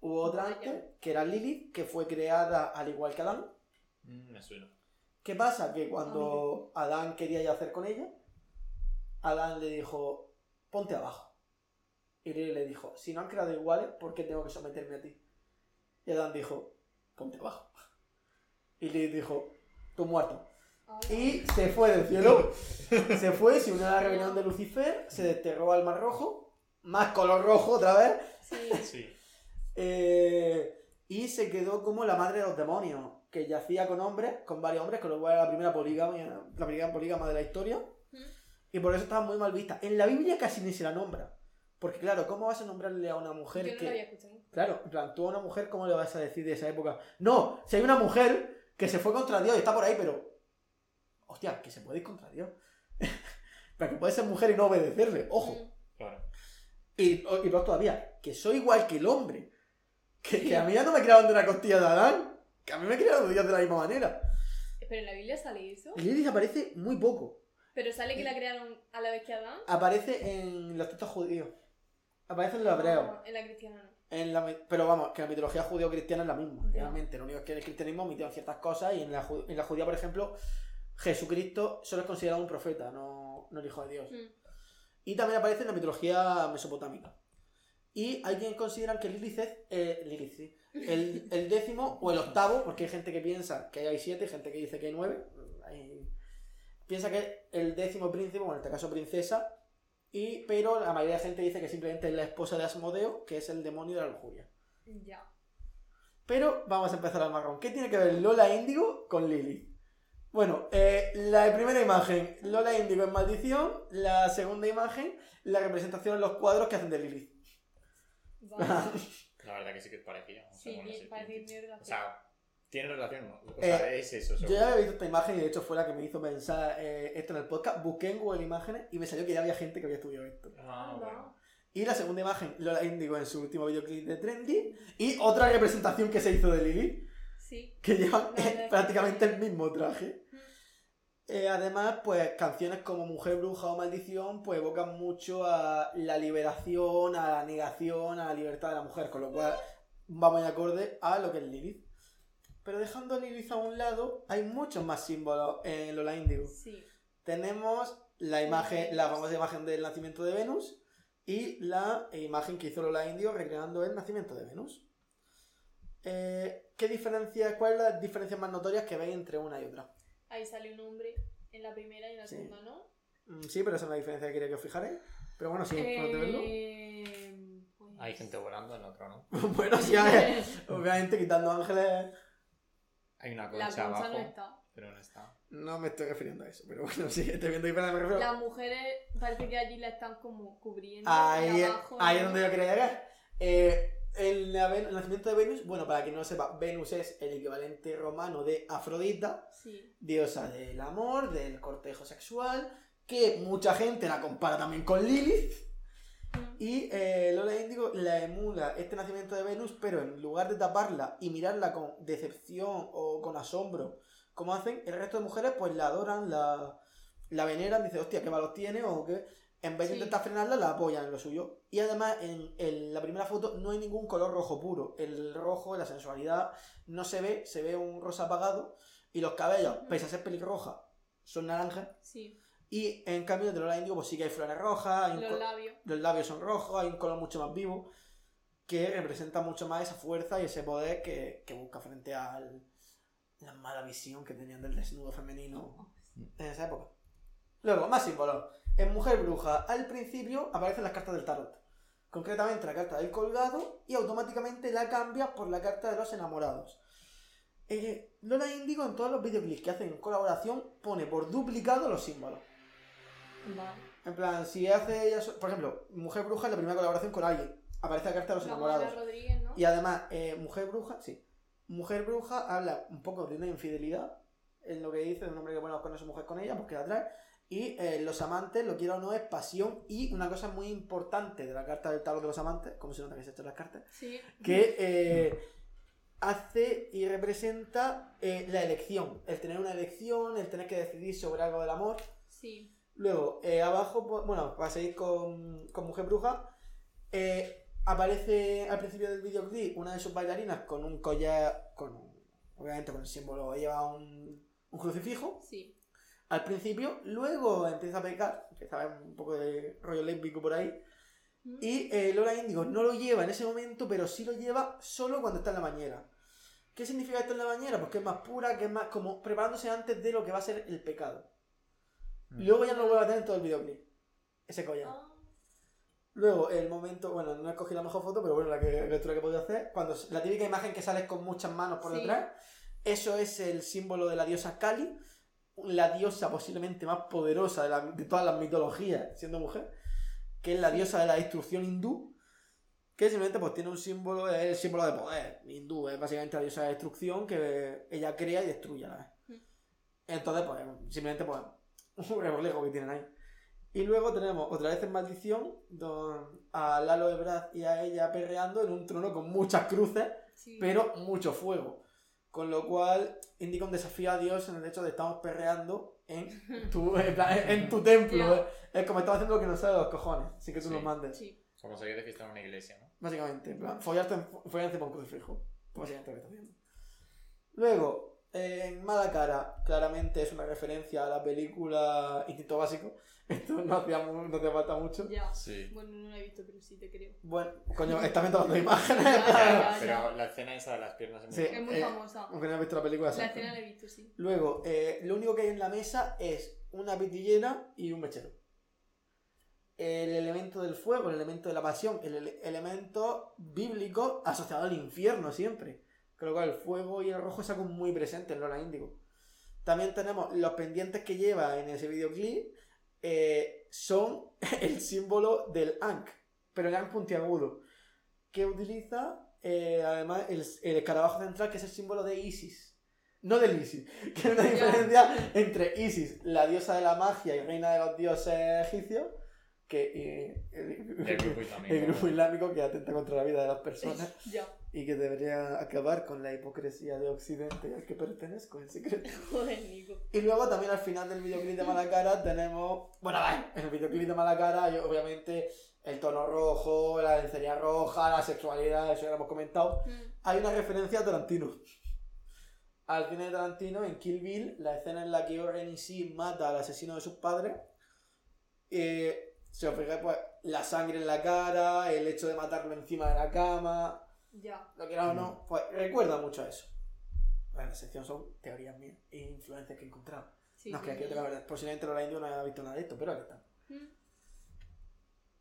Hubo otra
Vaya.
antes, que era Lilith, que fue creada al igual que Adán.
Mm, me suena.
¿Qué pasa? Que cuando Adán quería yacer con ella, Adán le dijo, ponte abajo. Y Lilith le dijo, si no han creado iguales, ¿por qué tengo que someterme a ti? Y Adán dijo, ponte abajo. Y Lilith dijo, tú muerto. Y se fue del cielo. Se fue, se unió a la rebelión de Lucifer, se desterró al Mar Rojo, más color rojo otra vez,
Sí,
[LAUGHS]
Sí.
eh, y se quedó como la madre de los demonios, que yacía con hombres, con varios hombres, con lo cual era la primera poligamia, la primera polígama de la historia,
Ujú.
y por eso estaba muy mal vista. En la Biblia casi ni se la nombra, porque claro, ¿cómo vas a nombrarle a una
yo
mujer
no
que...
lo había escuchado.
Claro, en plan, tú a una mujer, ¿cómo le vas a decir de esa época? No, si hay una mujer que se fue contra Dios y está por ahí, pero. Hostia, que se puede ir contra Dios. [LAUGHS] pero que puede ser mujer y no obedecerle, ojo.
Mm.
Claro.
Y, o- y más todavía, que soy igual que el hombre. Que, que a mí ya no me crearon de la costilla de Adán, que a mí me crearon de Dios de la misma manera.
Pero en la Biblia sale eso.
Y Lilith aparece muy poco.
Pero sale que la crearon a la vez que Adán.
Aparece en los textos judíos. Aparece en los hebreos.
No, en la cristiana no.
En la mi- pero vamos, que la mitología judío-cristiana es la misma,
Ya.
realmente. Lo único es que en el cristianismo omitieron ciertas cosas y en la, ju- en la judía, por ejemplo, Jesucristo solo es considerado un profeta, no, no el hijo de [LAUGHS] Dios.
Mm.
Y también aparece en la mitología mesopotámica. Y hay quienes consideran que Lilith es eh, Lilith, sí, el, el décimo o el octavo, porque hay gente que piensa que hay siete, gente que dice que hay nueve. hay- piensa que es el décimo príncipe, o en este caso princesa, y, pero la mayoría de gente dice que simplemente es la esposa de Asmodeo, que es el demonio de la lujuria.
Ya.
Pero vamos a empezar al marrón. ¿Qué tiene que ver Lola Índigo con Lily? Bueno, eh, la primera imagen, Lola Índigo en maldición. La segunda imagen, la representación en los cuadros que hacen de Lily. Ah,
Vale.
La verdad que sí que parecía. O sea,
Sí,
bueno, sí,
para decir
tiene-
mi
O
relación. Ah,
sea, tiene relación, ¿no? O sea, es eso.
Yo
seguro.
ya había visto esta imagen y de hecho fue la que me hizo pensar eh, esto en el podcast. Busqué en Google Imágenes y me salió que ya había gente que había estudiado esto.
Ah,
Anda.
bueno.
Y la segunda imagen, Lola Índigo en su último videoclip de Trendy. Y otra representación que se hizo de Lily.
Sí. Mm.
que llevan eh,
La verdad es
prácticamente
que-
el mismo traje. Eh, además, pues canciones como Mujer Bruja o Maldición, pues evocan mucho a la liberación, a la negación, a la libertad de la mujer, con lo cual va muy acorde a lo que es Lilith. Pero dejando a Lilith a un lado, hay muchos más símbolos en Lola Índigo.
Sí.
Tenemos la imagen, la famosa imagen del nacimiento de Venus y la imagen que hizo Lola Indio recreando el nacimiento de Venus. Eh, ¿qué diferencia, ¿Cuál es la diferencia más notoria que veis entre una y otra?
Ahí sale un hombre en la primera y en la
Sí.
segunda no.
Mm, Sí, pero esa es la diferencia que quería que os fijarais. Pero bueno, sí, por tenerlo.
[LAUGHS] Eh, pues-
Hay gente volando, en otro no.
[LAUGHS] bueno, sí, a ver, obviamente quitando ángeles.
Hay una
[LAUGHS] La
concha,
concha
abajo,
no está.
pero no está.
No me estoy refiriendo a eso, pero bueno, sí, estoy viendo diferencia, me refiero.
Las mujeres parece que allí la están como cubriendo.
Ahí,
y abajo,
ahí
¿no?
es donde yo quería llegar. Eh, el, nave- el nacimiento de Venus, bueno, para quien no lo sepa, Venus es el equivalente romano de Afrodita,
Sí.
diosa del amor, del cortejo sexual, que mucha gente la compara también con Lilith.
Mm.
Y eh, Lola Índigo la emula este nacimiento de Venus, pero en lugar de taparla y mirarla con decepción o con asombro, como hacen, el resto de mujeres pues la adoran, la, la veneran, dicen, hostia, qué valor tiene, o que en vez de
Sí.
intentar frenarla, la apoyan en lo suyo. Y además, en, en la primera foto no hay ningún color rojo puro. El rojo, la sensualidad, no se ve, se ve un rosa apagado. Y los cabellos,
Ujú.
pese a ser pelirroja, son naranjas.
Sí.
Y en cambio, de Lola Índigo pues sí que hay flores rojas, hay un
Los
co-
labios.
los labios son rojos, hay un color mucho más vivo, que representa mucho más esa fuerza y ese poder que, que busca frente a la mala visión que tenían del desnudo femenino en esa época. Luego, más símbolos. En Mujer Bruja, al principio aparecen las cartas del tarot. Concretamente la carta del colgado y automáticamente la cambias por la carta de los enamorados. Eh, Lola Indigo en todos los videoclips que hacen en colaboración pone por duplicado los símbolos.
Vale.
En plan, si hace ella. so- Por ejemplo, Mujer Bruja es la primera colaboración con alguien. Aparece la carta de los
La Mara
enamorados.
Rodríguez, ¿no?
Y además, eh, Mujer Bruja, sí. Mujer Bruja habla un poco de una infidelidad en lo que dice de un hombre que bueno con a su mujer con ella porque la trae. Y eh, los amantes, lo quiera o no, es pasión. Y una cosa muy importante de la carta del tarot de los amantes, como se nota que se echan las cartas,
Sí.
que eh, hace y representa eh, la elección. El tener una elección, el tener que decidir sobre algo del amor.
Sí.
Luego, eh, abajo, po- bueno, para seguir con, con Mujer Bruja, eh, aparece al principio del videoclip una de sus bailarinas con un collar, con un- obviamente con el símbolo, lleva un, un crucifijo
Sí.
al principio, luego empieza a pecar, empieza a haber un poco de rollo lésbico por ahí,
Mm,
y eh, Lola Índigo no lo lleva en ese momento, pero sí lo lleva solo cuando está en la bañera. ¿Qué significa estar en la bañera? Pues que es más pura, que es más como preparándose antes de lo que va a ser el pecado.
Mm.
Luego ya no lo vuelve a tener en todo el videoclip. Ese collar.
Ah,
Luego, el momento, bueno, no escogí la mejor foto, pero bueno, la que, la captura que he podido hacer. Cuando la típica imagen que sales con muchas manos por
Sí.
detrás, eso es el símbolo de la diosa Kali, la diosa posiblemente más poderosa de, la- de todas las mitologías, siendo mujer, que es la diosa de la destrucción hindú, que simplemente pues tiene un símbolo, es el símbolo de poder hindú, es básicamente la diosa de la destrucción que ella crea y destruye a la vez.
Mm.
Entonces, pues, simplemente pues, [LAUGHS] un reflejo que tienen ahí. Y luego tenemos otra vez en maldición don- a Lalo Ebrard y a ella perreando en un trono con muchas cruces
sí.
pero mucho fuego. Con lo cual indica un desafío a Dios en el hecho de estamos perreando
[LAUGHS]
en tu, en plan, en- en tu templo.
Ya.
eh. Es como estamos haciendo lo que nos sale de los cojones, así que tú
Sí.
nos mandes.
[LAUGHS] Sí.
Como salir de fiesta en una iglesia, ¿no?
Básicamente, en plan, follarte, follarte por un crucifijo. Básicamente lo que estás haciendo. Luego, eh, en mala cara, claramente es una referencia a la película Instinto Básico. [LAUGHS] Esto no, hacía mu- no te falta mucho.
Ya.
Sí.
Bueno, no lo he visto, pero sí te creo.
Bueno, coño, estás viendo las dos imágenes.
[LAUGHS]
Ya,
claro.
ya, ya.
Pero la escena esa de las piernas es
Sí.
muy
Es muy
Eh,
famosa.
Aunque no hayas visto la película,
La
exacto.
escena la he visto, sí.
Luego, eh, lo único que hay en la mesa es una pitillera y un mechero. El elemento del fuego, el elemento de la pasión, el ele- elemento bíblico asociado al infierno siempre. Con lo cual, el fuego y el rojo es algo muy presente en Lola Índigo. También tenemos los pendientes que lleva en ese videoclip, eh, son [LAUGHS] el símbolo del Ankh, pero el Ankh puntiagudo, que utiliza eh, además el, el escarabajo central, que es el símbolo de Isis. No del Isis, [LAUGHS] que es una
Ya.
diferencia entre Isis, la diosa de la magia y reina de los dioses egipcios, que eh, [LAUGHS] el,
El grupo
el
islámico.
grupo islámico que atenta contra la vida de las personas
[LAUGHS] Ya.
y que debería acabar con la hipocresía de Occidente al que pertenezco en secreto.
Joder, Nico.
Y luego también al final del videoclip de Malacara tenemos. Bueno, vale, en el videoclip de Malacara hay obviamente el tono rojo, la lencería roja, la sexualidad, eso ya lo hemos comentado.
Mm.
Hay una referencia a Tarantino. Al cine de Tarantino, en Kill Bill, la escena en la que Oren y sí mata al asesino de sus padres. eh, se os fijáis, pues, la sangre en la cara, el hecho de matarlo encima de la cama,
Ya.
lo quieras o no, pues recuerda mucho a eso. Bueno, la sección son teorías mías e influencias que he encontrado.
Sí.
no, es que aquí otra verdad, posiblemente Lola Indio no haya visto nada de esto, pero aquí está.
Mm.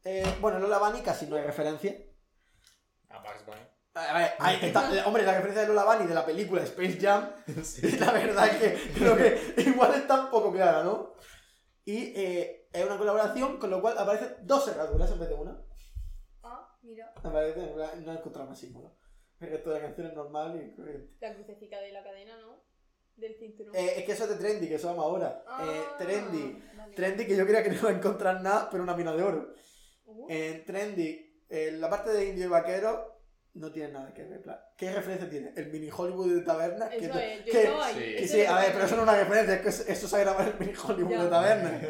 Eh, bueno, Lola Bunny casi no hay referencia.
A
[LAUGHS]
Bugs Bunny.
A ver,
[LAUGHS]
ahí está- Eh, hombre, la referencia de Lola Bunny de la película Space Jam,
Sí.
[LAUGHS] la verdad es que creo que igual está un poco clara, ¿no? Y eh, es una colaboración, con lo cual aparecen dos herraduras en vez de una.
Ah, mira.
Aparece- no he encontrado más símbolo. El resto de la canción es normal y corriente.
La crucecita de la cadena, ¿no? Del cinturón.
Eh, es que eso es de Trendy, que eso vamos ahora. Eh,
Ah,
trendy.
vale.
Trendy que yo creía que no iba a encontrar nada, pero una mina de oro.
Uh,
En Trendy, en la parte de indio y vaquero no tiene nada que ver. en plan, ¿Qué referencia tiene? El mini Hollywood de taberna. que
Eso
no-
es, yo
que-
estaba ahí.
sí.
que
Eso
sí,
es lo
a
que-
ver, pero eso no es una referencia, es que es- esto se ha grabado en el mini Hollywood
Ya.
de taberna.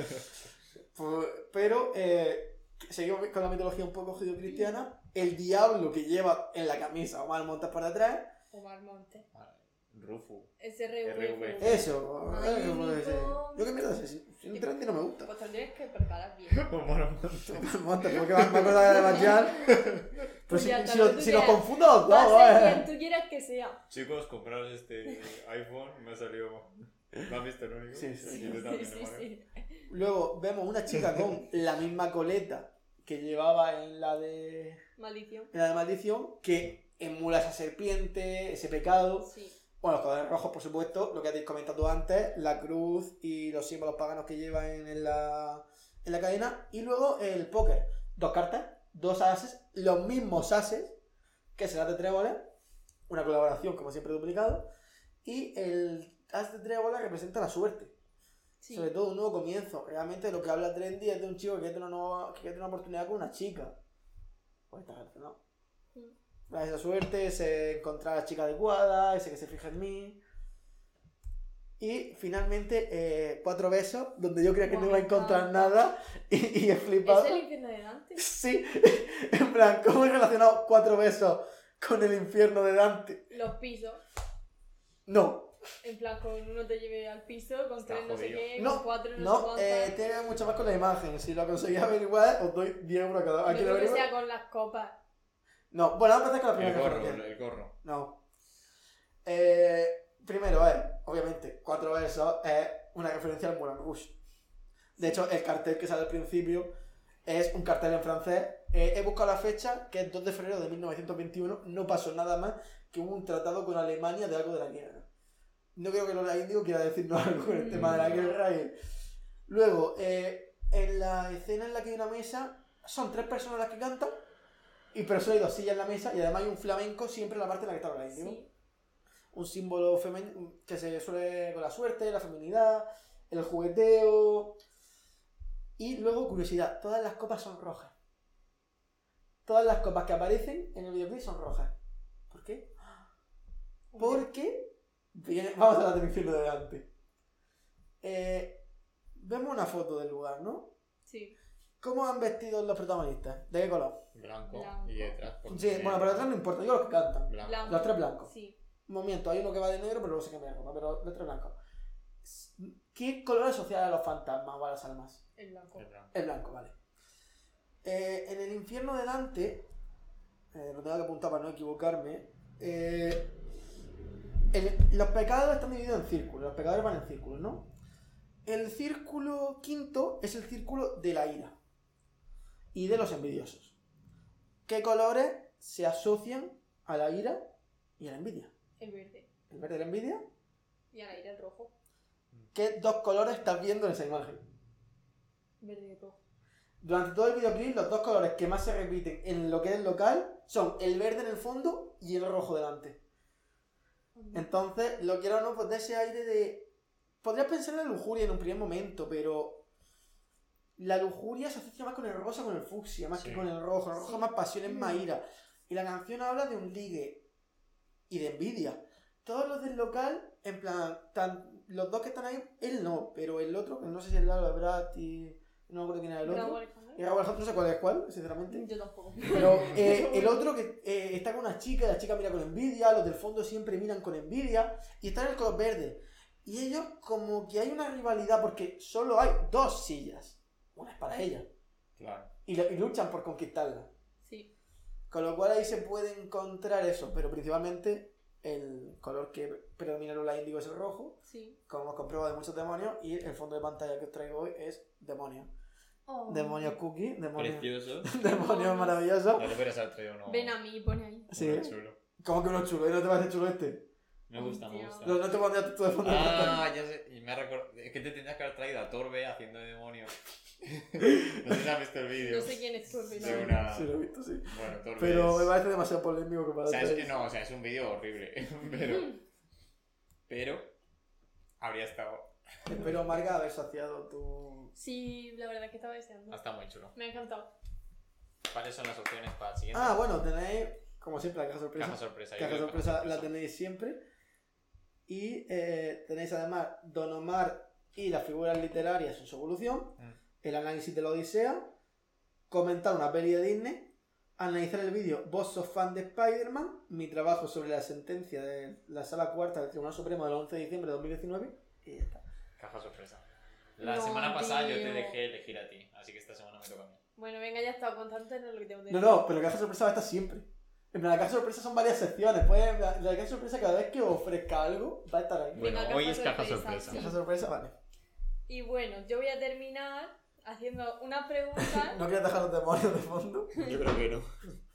Pues, pero, eh, seguimos con la mitología un poco judio-cristiana. El diablo que lleva en la camisa Omar Montes para atrás.
Omar Montes.
Rufu.
SRV.
RV.
Eso,
Ay,
eso puede ser.
no.
Yo que mierda sé, si, si un Trendy no me gusta.
Pues tendrías que preparar
[LAUGHS]
bien.
Monta, como que me me acuerdo de
[LAUGHS]
Evangel. Pero Pues si,
Pues
si,
Ya, tal
lo-
vez tú
si los
quieras.
confundo los dos,
Pase
eh.
quien tú quieras que sea.
Chicos, compraros este iPhone. Me ha salido. ¿Lo han visto, no? Nico?
Sí, sí,
Y
Sí,
tú
sí,
también,
sí.
¿no, Mario?
sí.
Luego vemos una chica con la misma coleta que llevaba en la de,
Maldición.
en la de Maldición, que emula esa serpiente, ese pecado.
Sí.
Bueno, los colores rojos, por supuesto, lo que habéis comentado antes, la cruz y los símbolos paganos que llevan en la, en la cadena. Y luego el póker. Dos cartas, dos ases, los mismos ases, que será de tréboles. Una colaboración, como siempre, duplicado. Y el as de tréboles representa la suerte.
Sí.
Sobre todo un nuevo comienzo. Realmente lo que habla Trendy es de un chico que tiene una, nueva- que quiere tener una oportunidad con una chica. Pues está relacionado.
Mm.
La esa suerte, ese encontrar a la chica adecuada, ese que se fija en mí. Y finalmente, eh, Cuatro Besos, donde yo creía que no iba a
Guau, me
encontrar
encanta.
nada y, y he flipado.
¿Es el infierno de Dante?
Sí, [LAUGHS] en plan, ¿cómo he relacionado Cuatro Besos con el infierno de Dante?
Los pisos.
No,
En plan, con uno te lleve al piso, con
Está
tres no sé
jodido.
qué,
No,
con cuatro no, sé
no,
cuántas.
eh, tiene que ver mucho más con la imagen. Si lo conseguís averiguar, os doy 10 euros a cada. ¿A
no
quién
creo
lo
que
averigua?
sea con las copas.
No, bueno, vamos a empezar con la
El
primera
gorro,
canción.
el gorro.
No. Eh, primero, es, obviamente, Cuatro Versos es una referencia al Moulin Rouge. De hecho, el cartel que sale al principio es un cartel en francés. Eh, he buscado la fecha, que es 2 de febrero de 1921. No pasó nada más que hubo un tratado con Alemania de algo de la guerra. No creo que Lola Índigo quiera decirnos [LAUGHS] algo con el tema de la guerra. y- Luego, eh, en la escena en la que hay una mesa, son tres personas las que cantan, y pero solo hay dos sillas en la mesa, y además hay un flamenco siempre en la parte en la que está Lola Índigo
Sí.
un símbolo femen- que se suele con la suerte, la feminidad, el jugueteo. Y luego, curiosidad, todas las copas son rojas. Todas las copas que aparecen en el videoclip son rojas. ¿Por qué? Porque... Viene- Vamos a la del infierno de Dante. Eh, vemos una foto del lugar, ¿no?
Sí.
¿Cómo han vestido los protagonistas? ¿De qué color?
Blanco,
Blanco.
y detrás. por
Sí, bueno, pero detrás no importa, yo los que cantan.
Blanco.
Blanco.
Los tres blancos.
Sí.
momento, hay uno que va de negro, pero luego se cambia de ropa, pero letra blanco. ¿Qué color asociar a los fantasmas o a las almas?
El blanco.
El blanco.
El blanco, vale. Eh, en el infierno de Dante, eh, lo tengo que apuntar para no equivocarme, eh, el- los pecados están divididos en círculos, los pecadores van en círculos, ¿no? El círculo quinto es el círculo de la ira y de los envidiosos. ¿Qué colores se asocian a la ira y a la envidia?
El verde.
el verde de la envidia,
Y ahora irá el rojo.
¿qué dos colores estás viendo en esa imagen?
Verde y rojo.
Durante todo el videoclip, los dos colores que más se repiten en lo que es el local son el verde en el fondo y el rojo delante. Entonces, lo quiero o no, pues da ese aire de. Podrías pensar en la lujuria en un primer momento, pero. La lujuria se asocia más con el rosa, con el fucsia, más
Sí.
que con el rojo. El rojo es más pasión, es más ira. Y la canción habla de un ligue y de envidia. Todos los del local, en plan, tan- los dos que están ahí, él no, pero el otro, que no sé si el lado de Brad y. No me acuerdo quién era el
Bravo,
otro.
Alejandro.
Y Raúl Alejandro, no sé cuál es cuál, sinceramente.
Yo tampoco.
Pero eh,
[LAUGHS]
el otro que eh, está con una chica, la chica mira con envidia, los del fondo siempre miran con envidia, y están en el color verde. Y ellos como que hay una rivalidad porque solo hay dos sillas. Una es para ella.
Claro.
Y, la- y luchan por conquistarla.
Sí.
Con lo cual ahí se puede encontrar eso, pero principalmente el color que predomina en la índigo es el rojo,
Sí.
como hemos comprobado de muchos demonios, y el fondo de pantalla que os traigo hoy es demonio.
Oh.
Demonio cookie, demonio,
Precioso.
[LAUGHS]
Ah,
demonio maravilloso.
No te puedes haber traído uno.
Ven a mí y pone ahí.
uno
Sí.
chulo.
¿Cómo que uno chulo? ¿Y no te parece chulo este?
Me
Oh,
gusta, me gusta.
No, no te pondría tú de fondo.
Ah, ya sé. Y me ha recordado. Es que te tendrías que haber traído a Torbe haciendo de
[LAUGHS]
demonio. no sé si has visto el vídeo.
No sé quién es tu
De
pero...
una.
Sí, lo he visto, sí.
Bueno, Torbe.
Pero
es-
me parece demasiado polémico que para
O sea, es que
hacer
no, o sea, es un vídeo horrible. [LAUGHS] Pero. Pero. Habría estado.
eso. Espero, Marga, haber saciado tu...
Sí, la verdad es que estaba deseando.
Ha estado Ah, muy chulo.
Me ha encantado.
¿Cuáles son las opciones para el siguiente?
Ah, bueno, tenéis, como siempre, la caja sorpresa.
Caja sorpresa. yo
Caja
creo que caja
sorpresa la tenéis siempre. Y eh, tenéis además Don Omar y las figuras literarias en su evolución,
Mm.
el análisis de la Odisea, comentar una peli de Disney, analizar el vídeo Vos sos fan de Spider-Man, mi trabajo sobre la sentencia de la Sala Cuarta del Tribunal Supremo del 11 de diciembre de 2019 y ya está.
Caja sorpresa. La
No,
semana pasada yo te
tío.
dejé elegir a ti, así que esta semana me toca a mí.
Bueno, venga, ya está. Contante no lo que tengo que
No, no, pero la caja sorpresa va a estar siempre. En plan, la caja sorpresa son varias secciones. Pues, la, la caja sorpresa cada vez que ofrezca algo va a estar ahí.
Bueno,
Venga,
hoy
caja
es caja
sorpresa,
sorpresa.
sí.
Caja sorpresa, vale.
Y bueno, yo voy a terminar haciendo una pregunta.
¿No quieres dejar los demonios de fondo?
Yo creo que no.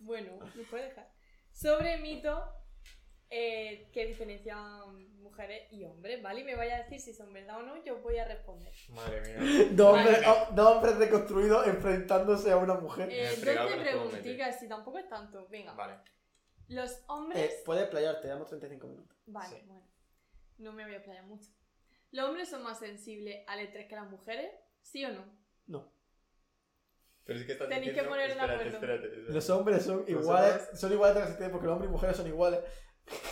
Bueno, me puede dejar. Sobre mitos eh, que diferencian mujeres y hombres, ¿vale? Y me vaya a decir si son verdad o no, yo voy a responder.
Madre mía.
Dos
Vale.
hombres, oh, dos hombres deconstruidos enfrentándose a una mujer.
Me he
Eh,
fregado,
12
pero puedo meter.
preguntitas, si tampoco es tanto. Venga,
Ah, Vale.
los hombres.
Eh, puedes playarte, damos 35 minutos.
Vale,
Sí.
bueno. No me voy a playar mucho. ¿Los hombres son más sensibles al estrés que las mujeres? ¿Sí o no?
Pero es que estás
Tenéis que
diciendo-
poner de
espérate,
acuerdo.
espérate, espérate.
Los hombres son
Los
iguales, son iguales de porque los hombres y mujeres son iguales.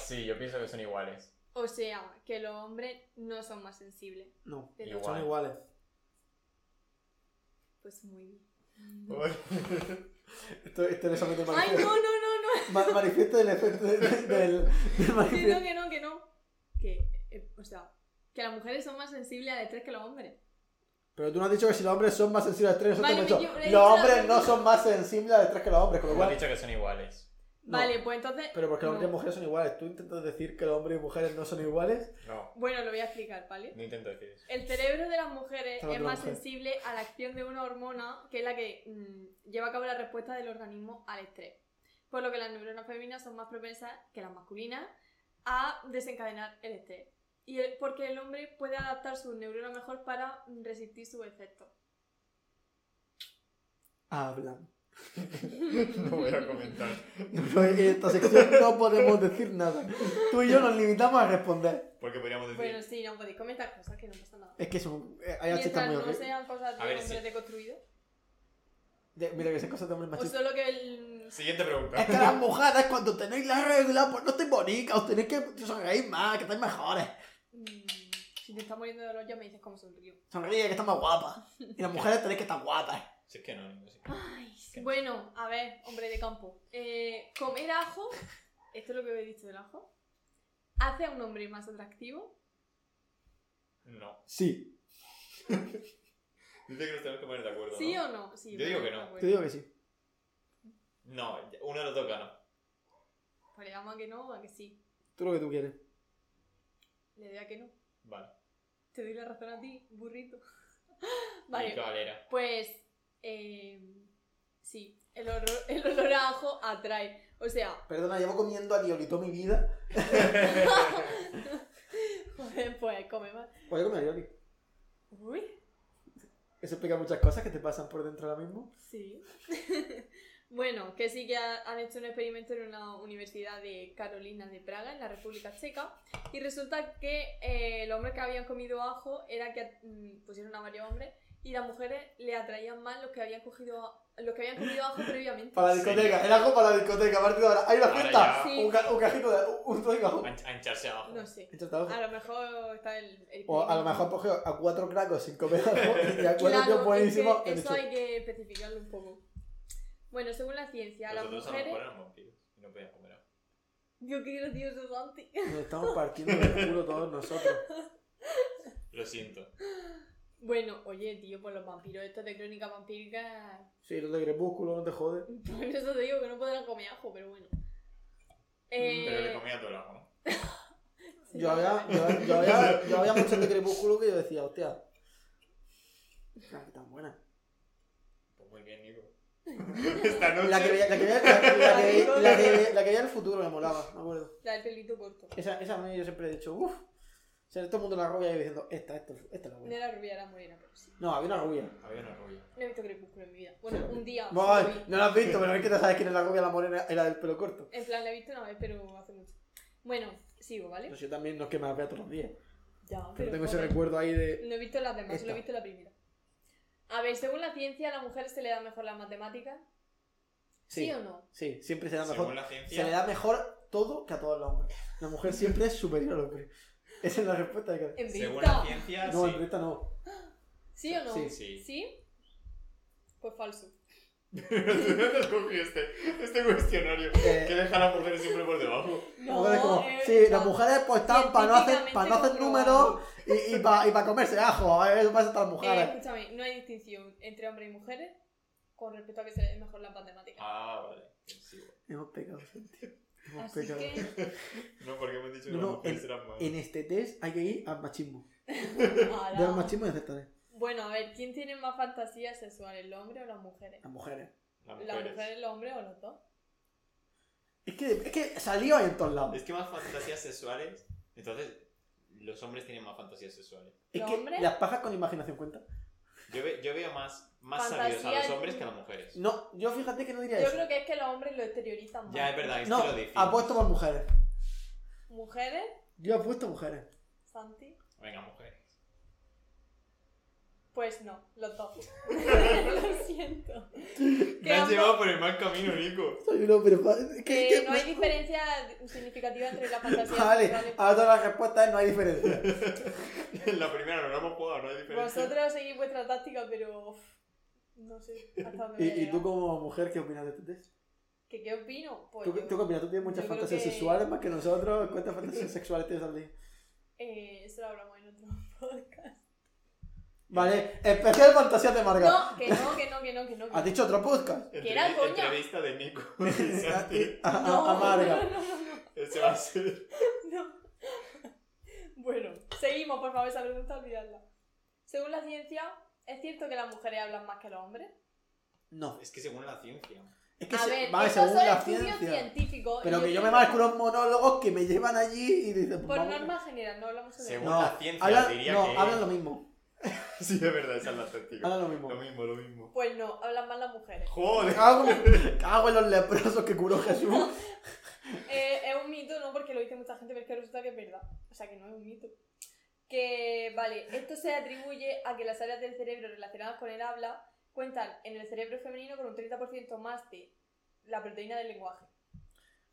Sí, yo pienso que son iguales.
O sea, que los hombres no son más sensibles.
No,
Pero-
Igual.
son iguales.
Pues muy bien.
Esto, esto le somete
¡Ay, no, no, no, no!
Ma- manifiesta el efecto de- de- del, del
Que no,
manifiesto.
que no, que no. Que, eh, o sea, que las mujeres son más sensibles al estrés que los hombres.
Pero tú no has dicho que si los hombres son más sensibles al estrés, nosotros
Vale,
hemos
yo-
dicho,
yo he dicho
los
la
hombres
verdad.
no son más sensibles al estrés que los hombres, con lo
Hemos
cual...
dicho que son iguales.
No.
Vale, pues entonces.
Pero porque los hombres y
no.
mujeres son iguales, tú intentas decir que los hombres y mujeres no son iguales.
No,
Bueno, lo voy a explicar, ¿vale?
no intento decir eso.
El cerebro de las mujeres
Habla
es
de la
más
mujer.
sensible a la acción de una hormona que es la que mm, lleva a cabo la respuesta del organismo al estrés. Por lo que las neuronas femeninas son más propensas que las masculinas a desencadenar el estrés. Y el- porque el hombre puede adaptar sus neuronas mejor para mm, resistir sus efectos.
Hablan.
No voy a comentar.
En esta sección no podemos decir nada. Tú y yo nos limitamos a responder.
Porque podríamos decir.
Bueno, sí, no podéis comentar cosas que no pasa nada.
Es que son, eh, hay
Mientras
chistes muy
no
horribles.
sean cosas de
A ver,
hombres
sí.
deconstruidos.
De- Mira que esas cosas de hombres
O
machistas.
solo que el...
Siguiente
Es
pregunta.
que las
[LAUGHS]
mujeres cuando tenéis la regla, pues no estáis bonitas, os tenéis que sonreír más, que estáis mejores.
Mm, Si te está muriendo de dolor ya me dices cómo sonrío.
Sonríe, que estás más guapa. Y las mujeres tenéis que estar guapas.
Si es que no, no sé.
Ay, sí. Bueno, a ver, hombre de campo. Eh, comer ajo, esto es lo que he dicho del ajo, hace a un hombre más atractivo.
No.
Sí,
Dice que nos tenemos que poner de acuerdo.
¿Sí
¿no?
o no? Sí,
Yo digo que
bueno, pues,
no.
bueno.
te digo que sí.
No, ya- uno de los dos gana.
Pues le damos a que no o a que sí.
Tú lo que tú quieres.
Le doy a que no.
Vale.
Te doy la razón a ti, burrito. [LAUGHS]
Y
vale,
cabalera.
pues eh, sí, el olor, el olor a ajo atrae. O sea, [LAUGHS]
Perdona, llevo comiendo aliolito mi vida.
joder, pues come más.
Voy a comer alioli.
Uy.
Eso explica muchas cosas que te pasan por dentro ahora mismo.
Sí. [LAUGHS] bueno, que sí que ha- han hecho un experimento en una universidad de Carolina de Praga, en la República Checa, y resulta que eh, los hombres que habían comido ajo era que mm, pusieron a varios hombres y las mujeres le atraían más los que habían cogido los que habían comido ajo previamente.
Para la discoteca, el ajo para la discoteca, a partir de ahora. Hay una
Ahora
fiesta.
ya.
Un, ca- un cajito de. Un, un trozo de ajo.
A, hinch- a hincharse abajo.
No sé.
Échate abajo.
A lo mejor está el, el
O a lo
experimento.
mejor cogió a cuatro cracos sin comer ajo y a cuatro
Claro,
tíos buenísimos.
es que
y han
eso
dicho,
hay que especificarlo un poco. Bueno, según la ciencia, las
Nosotros a lo mejor
mujeres.
éramos vampiros y no podíamos comer ajo.
Yo quiero tíos antes.
Nos estamos partiendo el culo todos nosotros.
Lo siento.
Bueno, oye, tío, pues los vampiros estos de crónica vampírica. [LAUGHS]
Sí, los de crepúsculo, no te jode.
Por eso te digo que no podrán comer ajo, pero bueno. Eh,
Mm, Pero le comía todo el ajo, ¿no?
sí,
Yo había, yo, yo
[LAUGHS]
había, yo había muchos de crepúsculo que yo decía, hostia. Ah, qué tan buena.
Pues muy
[LAUGHS]
bien, Nico. Esta noche.
La que veía, la que veía, la, la
[LAUGHS]
que, veía- la que veía- la que veía el futuro me molaba, me acuerdo.
La del pelito corto.
Esa, esa a mí yo siempre he dicho, uff. O sea, todo el mundo la rubia y yo diciendo, esta, esta, esta es la
No
buena.
era rubia, era morena, pero sí.
No, había una rubia.
Había una rubia.
No he visto crepúsculo en mi vida. Bueno, un día.
Voy,
sí lo vi.
no la has visto, pero es que no sabes quién es la rubia, la morena era del pelo corto.
En plan, la he visto una vez, pero hace mucho. Bueno, sigo, ¿vale?
Pues Yo también no es que me la vea todos los días.
Ya,
Pero tengo ese
joder.
recuerdo ahí de.
No he visto las demás, solo he
Esta.
visto la primera. A ver, según la ciencia, a la mujer se le da mejor las matemáticas. ¿Sí,
Sí,
o no?
sí, siempre se da mejor.
Según la
Se le
ciencia.
da mejor todo que a todos los hombres. La mujer siempre es superior al hombre. Esa es la respuesta de cada.
En
Según
vista.
la ciencia, [LAUGHS]
No,
Ah, sí.
en esta no.
¿Sí o no?
Sí.
Sí.
¿Sí? Pues falso.
Cogí este, este cuestionario que
Eh,
deja a las mujeres siempre por debajo.
luego es como,
eh,
sí, las
no.
mujeres pues están para no hacer,
Científicamente Eh,
para no hacer
comprobado.
números y, y para y pa comerse ajo. eh, Eso pasa a las
Eh,
mujeres.
escúchame, no hay distinción entre hombres y mujeres con respecto a que se les den mejor las matemáticas.
Ah, vale. Sí, bueno.
Hemos pecado, gente. Hemos
Así
pecado. [LAUGHS]
que,
No, porque hemos dicho que
No,
las
no,
mujeres eran más.
En este test hay que ir al machismo.
ala.
Yo al machismo y ¿eh? aceptaré.
Bueno, a ver, ¿quién tiene más fantasías sexuales, el hombre o las mujeres?
Las mujeres.
Ah, Las
¿Las
mujeres.
mujeres, los hombres o los dos?
Es que, es que salió en todos lados.
Es que más fantasías sexuales. Entonces, los hombres tienen más fantasías sexuales.
Es
¿Los
que
hombres?
las pajas con imaginación cuenta.
Yo, ve- yo veo más, más
Fantasía
sabios a los
de-
hombres que a las mujeres.
No, yo fíjate que no diría
Yo
eso.
creo que es que los hombres lo exteriorizan más.
Ya, es verdad, esto
No,
lo difícil.
apuesto por mujeres.
¿Mujeres?
Yo apuesto mujeres.
Santi.
Venga, mujeres.
Pues no,
[LAUGHS]
los dos. Lo siento.
Me has
ambos-
llevado por el mal camino, Nico. [LAUGHS]
Soy un hombre fa- ¿Qué-
Que
qué-
no hay diferencia significativa
[LAUGHS]
entre la fantasía
Vale,
sexual y-
ahora todas las respuestas no hay [LAUGHS] diferencia.
En la primera no la hemos jugado, no hay diferencia.
Vosotros seguís vuestra táctica, pero. uf, no sé hasta
[LAUGHS]
dónde
¿Y,
voy a
y tú
llegar.
como mujer qué opinas de este test?
¿Que ¿Qué opino? Pues.
¿Tú,
yo-
tú qué opinas? ¿Tú tienes muchas
yo creo
fantasías
que-
sexuales más que nosotros? ¿Cuántas
[LAUGHS]
fantasías sexuales tienes al día?
eh, eso lo hablamos
[LAUGHS]
en otro podcast.
Vale, especial fantasías de Marga.
No, que no, que no, que no, que no. que
¿Has dicho otro
[LAUGHS]
podcast?
¿Qué era,
Entrevi-
coño?
Entrevista de
[LAUGHS]
Nico y Santi.
A, a-
no.
a Marga.
No, no, no,
Ese va a ser.
No. [LAUGHS] Bueno, seguimos, por favor, esa pregunta, olvidadla. Según la ciencia, ¿es cierto que las mujeres hablan más que los hombres?
No.
Es que según la ciencia.
Es que
a
se-
ver,
vale,
estos
según
son
la
estudios
ciencia.
científicos.
Pero
y
que yo me
creo
marco unos monólogos que me llevan allí y dicen, pues
Por
vamos.
norma general, no hablamos sobre
Según
No,
la ciencia,
hablan-
diría
no,
que.
hablan lo mismo.
Sí, es verdad, esa es la táctica.
Hablan lo mismo.
Lo mismo, lo mismo.
Pues no, hablan más las mujeres.
Joder.
Cago en, cago en los leprosos que curó Jesús.
Eh, es un mito, ¿no? Porque lo dice mucha gente, pero es que resulta que es verdad. O sea, que no es un mito. Que, vale, esto se atribuye a que las áreas del cerebro relacionadas con el habla cuentan en el cerebro femenino con un 30% más de la proteína del lenguaje.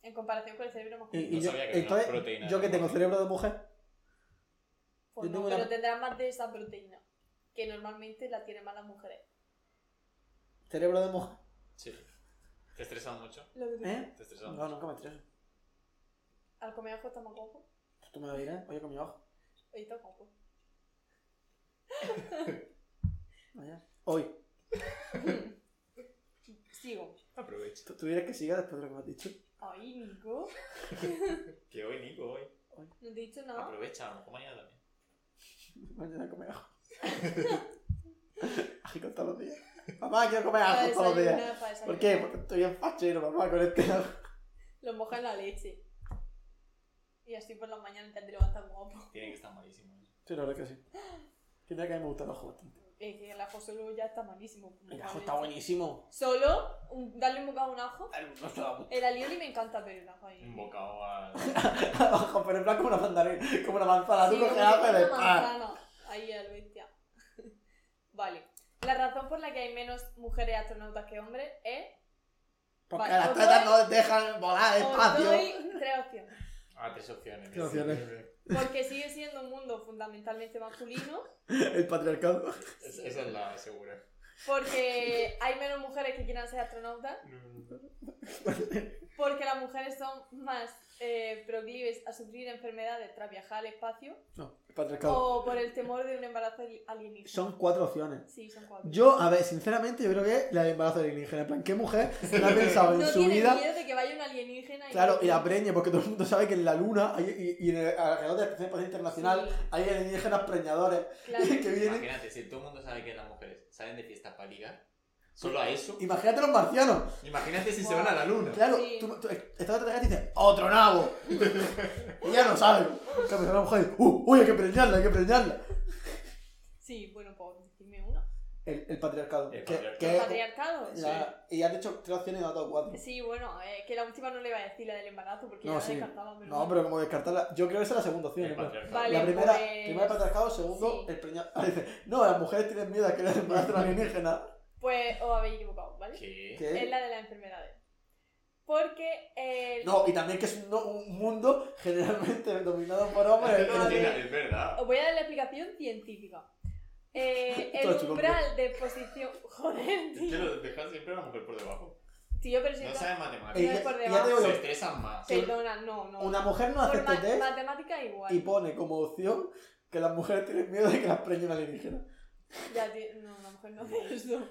En comparación con el cerebro
Y,
masculino.
y
No
yo,
sabía que tenía
entonces,
proteína
yo
de
que tengo
leproso.
cerebro de mujer,
Pues
yo
no,
tengo
pero
una-
tendrán más de esa proteína. Que normalmente la tienen más las mujeres.
cerebro de mujer.
Sí. ¿Te he estresado mucho?
Lo que tú-
¿Eh?
¿Te he estresado
No,
mucho?
nunca me estreso.
Al comer ojo está más guapo.
Pues tú me lo dirás, oye con mi ojo.
Hoy está guapo.
Vaya. Hoy.
[LAUGHS] Sigo.
Aprovecha.
¿Tú tuvieras que siga después de lo que me has dicho?
Ay, Nico.
Que hoy, Nico, hoy.
No te he dicho nada.
Aprovecha, a lo mejor mañana también.
Mañana come
[LAUGHS]
ajo. ají con todos los días. Mamá, quiero comer
Para
ajo todos los días.
desayunar, para
Ah, ¿Por
desayunar.
qué? Porque estoy en fachero, mamá, con este ajo.
Lo mojas en la leche. Y así por la mañana ya te levantas guapo. [LAUGHS]
Tiene que estar malísimo. ¿eh?
Sí, la verdad que sí. Tendría que a mí me gusta el ajo bastante.
Es que el ajo solo ya está malísimo.
El
Mojar
ajo
en
está
leche.
buenísimo.
Solo un- darle un bocado a un ajo.
No está bueno.
El alioli me encanta, pero el ajo ahí.
Mm.
Un bocado a.
Ajo, pero en plan como una mandarina, como una manzana.
Sí,
Tú coges
como si
ajo y
fuera
le
una
¡pam!
manzana. Ahí al bestia. [LAUGHS] vale. La razón por la que hay menos mujeres astronautas que hombres es.
Porque
Vale,
las
os
tetas
doy-
no dejan volar
Os
espacio.
doy tres opciones.
Ah, tres opciones.
Tres opciones.
Porque sigue siendo un mundo fundamentalmente masculino.
El patriarcado.
Es- esa es la segura.
Porque hay menos mujeres que quieran ser astronautas. Porque las mujeres son más eh, proclives a sufrir enfermedades tras viajar al espacio.
No, el patriarcado.
O por el temor de un embarazo ali- alienígena.
Son cuatro opciones.
Sí, son cuatro.
Yo, a ver, sinceramente, yo creo que la de embarazo alienígena. En plan, ¿qué
[LAUGHS]
mujer la ha pensado en
no
su
tiene
vida?
miedo de que vaya un alienígena y.
Claro, y la preñe, porque todo el mundo sabe que en la luna hay- y, y en el, alrededor de la Estación Espacial Internacional
Sí.
hay alienígenas preñadores [LAUGHS]
Claro.
que vienen.
Imagínate, si todo el mundo sabe que las mujeres salen de fiesta para ligar, solo a eso.
Imagínate los marcianos.
Imagínate si se
Guau.
van a la luna.
Claro,
Sí.
tú, tú estás atrás y dices, ¡otro nabo! [LAUGHS] y ya no saben. Claro, pero la mujer dice, "Uh, ¡Uy, hay que preñarla, hay que preñarla!
Sí, bueno, pues decirme uno.
El, el patriarcado.
El
que-
patriarcado.
que-
Eh,
¿Patriarcado?
la- Y has dicho tres opciones y has dado cuatro.
Sí, bueno, eh, que la última no le iba a decir la del embarazo porque
No,
ya
sí.
la descartaba, pero.
No, pero como descartarla. Yo creo que esa es la segunda opción.
El
en plan.
patriarcado.
Vale.
La primera,
pues-
primero el patriarcado, segundo,
Sí.
el preñado. [LAUGHS] Ah, dice, no, las mujeres tienen miedo a que les embarazan alienígenas.
Pues os habéis equivocado, ¿vale?
¿Qué?
Es
¿Qué?
la de las enfermedades. Porque. eh, el-
No, y también que es un, no- un mundo generalmente [LAUGHS] dominado por hombres.
A ver.
Es verdad.
Os voy a dar la explicación científica.
[LAUGHS]
Eh,
Todo
el
chulo,
umbral de posición. [LAUGHS] Joder,
Es que
tío.
lo dejan siempre a la mujer por debajo.
Tío, pero si
No
está-
sabe
Y
Eh,
matemáticas.
ya,
por
y ya
debajo.
te digo
Se
yo,
estresan más.
Perdona, no, no.
una mujer no hace este
Por ma-
test
matemática igual.
y pone como opción que las mujeres tienen miedo de que las preñen alienígenas.
Ya, tío, no, la mujer no hace eso.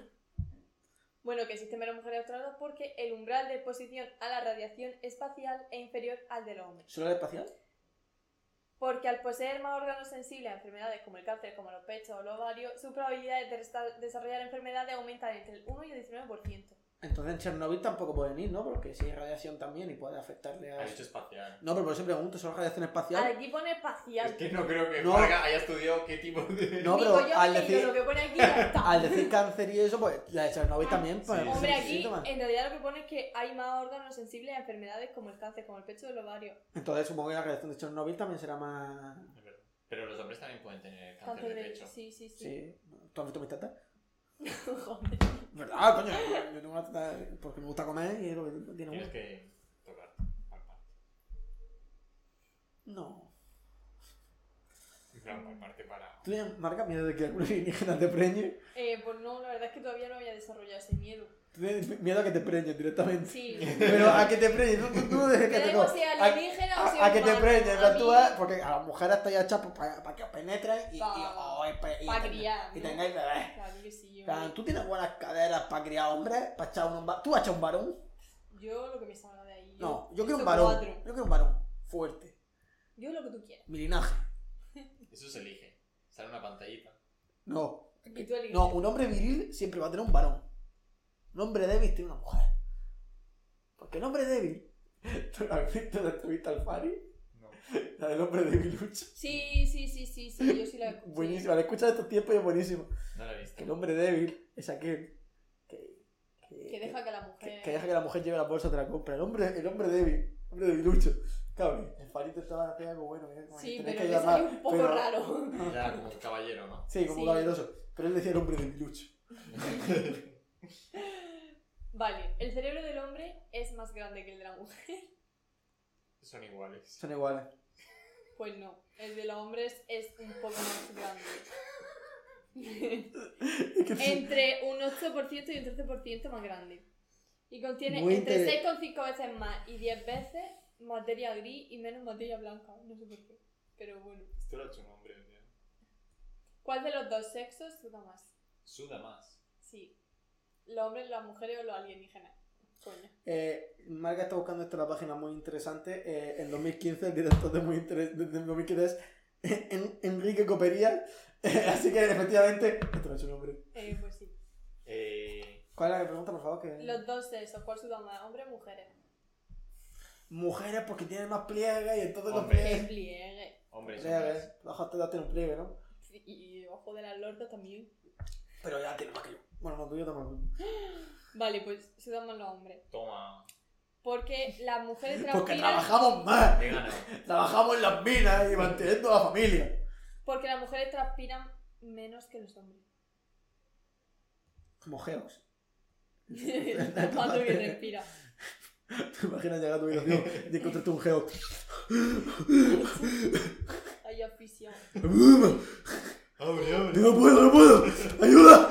Bueno, que existen menos mujeres astronautas porque el umbral de exposición a la radiación espacial es inferior al del hombre.
¿Solo el espacial?
Porque al poseer más órganos sensibles a enfermedades como el cáncer, como los pechos o los ovarios, sus probabilidades de resta- desarrollar enfermedades aumentan entre el 1 y el 19%.
Entonces en Chernobyl tampoco pueden ir, ¿no? Porque si hay radiación también y puede afectarle a...
Ha hecho espacial.
No, pero por eso pregunto, ¿solo radiación espacial?
Aquí pone espacial.
Es que no creo que
No.
Marga haya estudiado qué tipo de.
No,
Digo,
pero
yo
al
me digo,
decir-
lo que
[LAUGHS]
pone aquí ya está.
Al decir cáncer y eso, pues la de Chernobyl también... pues,
Sí,
Hombre,
sí,
aquí
síntomas.
en realidad lo que pone es que hay más órganos sensibles a enfermedades como el cáncer, como el pecho o el ovario.
Entonces supongo que la radiación de Chernobyl también será más...
Es verdad. Pero los hombres también pueden tener cáncer,
Cáncer
de
de-
pecho.
Sí, sí, sí.
Sí. ¿Tú has visto mis tetas?
[LAUGHS] Joder.
¿Verdad, coño? Yo tengo una teta porque me gusta comer y es lo que tiene
Tienes
uno.
que tocar. palpar.
No.
En plan, palparte para.
¿Tú tienes marca miedo de que alguna alienígena te preñe?
Eh, pues no, la verdad es que todavía no había desarrollado ese miedo.
¿Tú tienes miedo a que te preñen directamente? [LAUGHS]
Sí.
Pero a que te preñen, tú, tú, tú dejes
Me
que
da
te
igual
co-
si es
a-
alienígena o si
a, a que te preñen, en plan, tú ah, vas-
preñes
porque a las mujeres está ya hechas para que os penetren y, y,
Pa-
oh, y pe- y
pa'
tenga-
criar,
y
¿no?
tengáis bebés.
Claro que sí, yo.
En plan, tú tienes buenas caderas para criar hombres, para echar un varón. ¿Tú has echado un varón?
Yo lo que me salga de ahí.
No, yo quiero un
soy
varón.
cuatro.
Yo quiero un varón fuerte.
Yo lo que tú quieras.
Mi linaje.
Eso se elige. Sale una pantallita.
No.
Y tú eliges.
No, un hombre viril siempre va a tener un varón. Un hombre débil tiene una mujer. Porque el hombre débil. [LAUGHS] ¿Tú lo has visto de entrevista al Fari?
No.
La del hombre debilucho.
Sí, sí, sí, sí, sí, yo sí
[LAUGHS]
la escuché.
Buenísimo, la he escuchado estos tiempos y es buenísimo.
No la he
Que
visto.
el hombre débil es aquel que, que,
Que deja que la
que-
mujer.
que deja que la mujer lleve la bolsa de la compra. El hombre, el hombre débil, el hombre debilucho. Cabrón, el farito estaba haciendo algo bueno. mira, como
Sí,
que tenés
pero
que
le
llamar,
salió un poco
pero-
raro.
Ya, como un caballero, ¿no?
Sí, como
Sí.
caballeroso. Pero él decía el hombre debilucho.
Vale, el cerebro del hombre es más grande que el de la mujer. [LAUGHS]
Son iguales.
Son iguales.
Pues no, el de los hombres es un poco más grande.
[LAUGHS] Es que sí.
entre un 8% y un 13% más grande. Y contiene
Muy
entre
interes-
6,5 veces más y 10 veces materia gris y menos materia blanca. No sé por qué, pero bueno.
Esto lo ha hecho un hombre, tío.
¿Cuál de los dos sexos suda más?
Suda más.
Sí. ¿Los hombres, las mujeres o los alienígenas? Coño.
Eh, Marga está buscando esto en la página muy interesante. Eh, en 2015, el director de muy interesante de 2015 es [LAUGHS] en- Enrique Copería. [LAUGHS] Eh, así que efectivamente, esto no es un nombre.
Eh, pues sí.
Eh,
¿Cuál es la pregunta, por favor? Que...
Los dos sexos, ¿cuál suda más? ¿Hombres o mujeres?
Mujeres porque tienen más pliegues y entonces los
Hombre.
Que
pliegues.
pliegue.
hombres, hombres.
Pliegues. Los hot dogs tienen un pliegue, ¿no?
Y, y ojo de la lorda también.
Pero ya tienen más que yo. Bueno, no, tú y yo también.
Vale, pues sudan más los hombres.
Toma.
Porque las mujeres
[LAUGHS] Porque
transpiran.
trabajamos más.
He ganado.
Trabajamos en las minas y manteniendo a la familia.
Porque las mujeres transpiran menos que
[LAUGHS]
los hombres.
Como geos. [LAUGHS]
[LAUGHS] Tanto que respira.
¿Te imaginas llegar a tu habitación y encontrarte un geo?
Hay afición.
Abre, abre.
¡No puedo, no puedo! ¡Ayuda!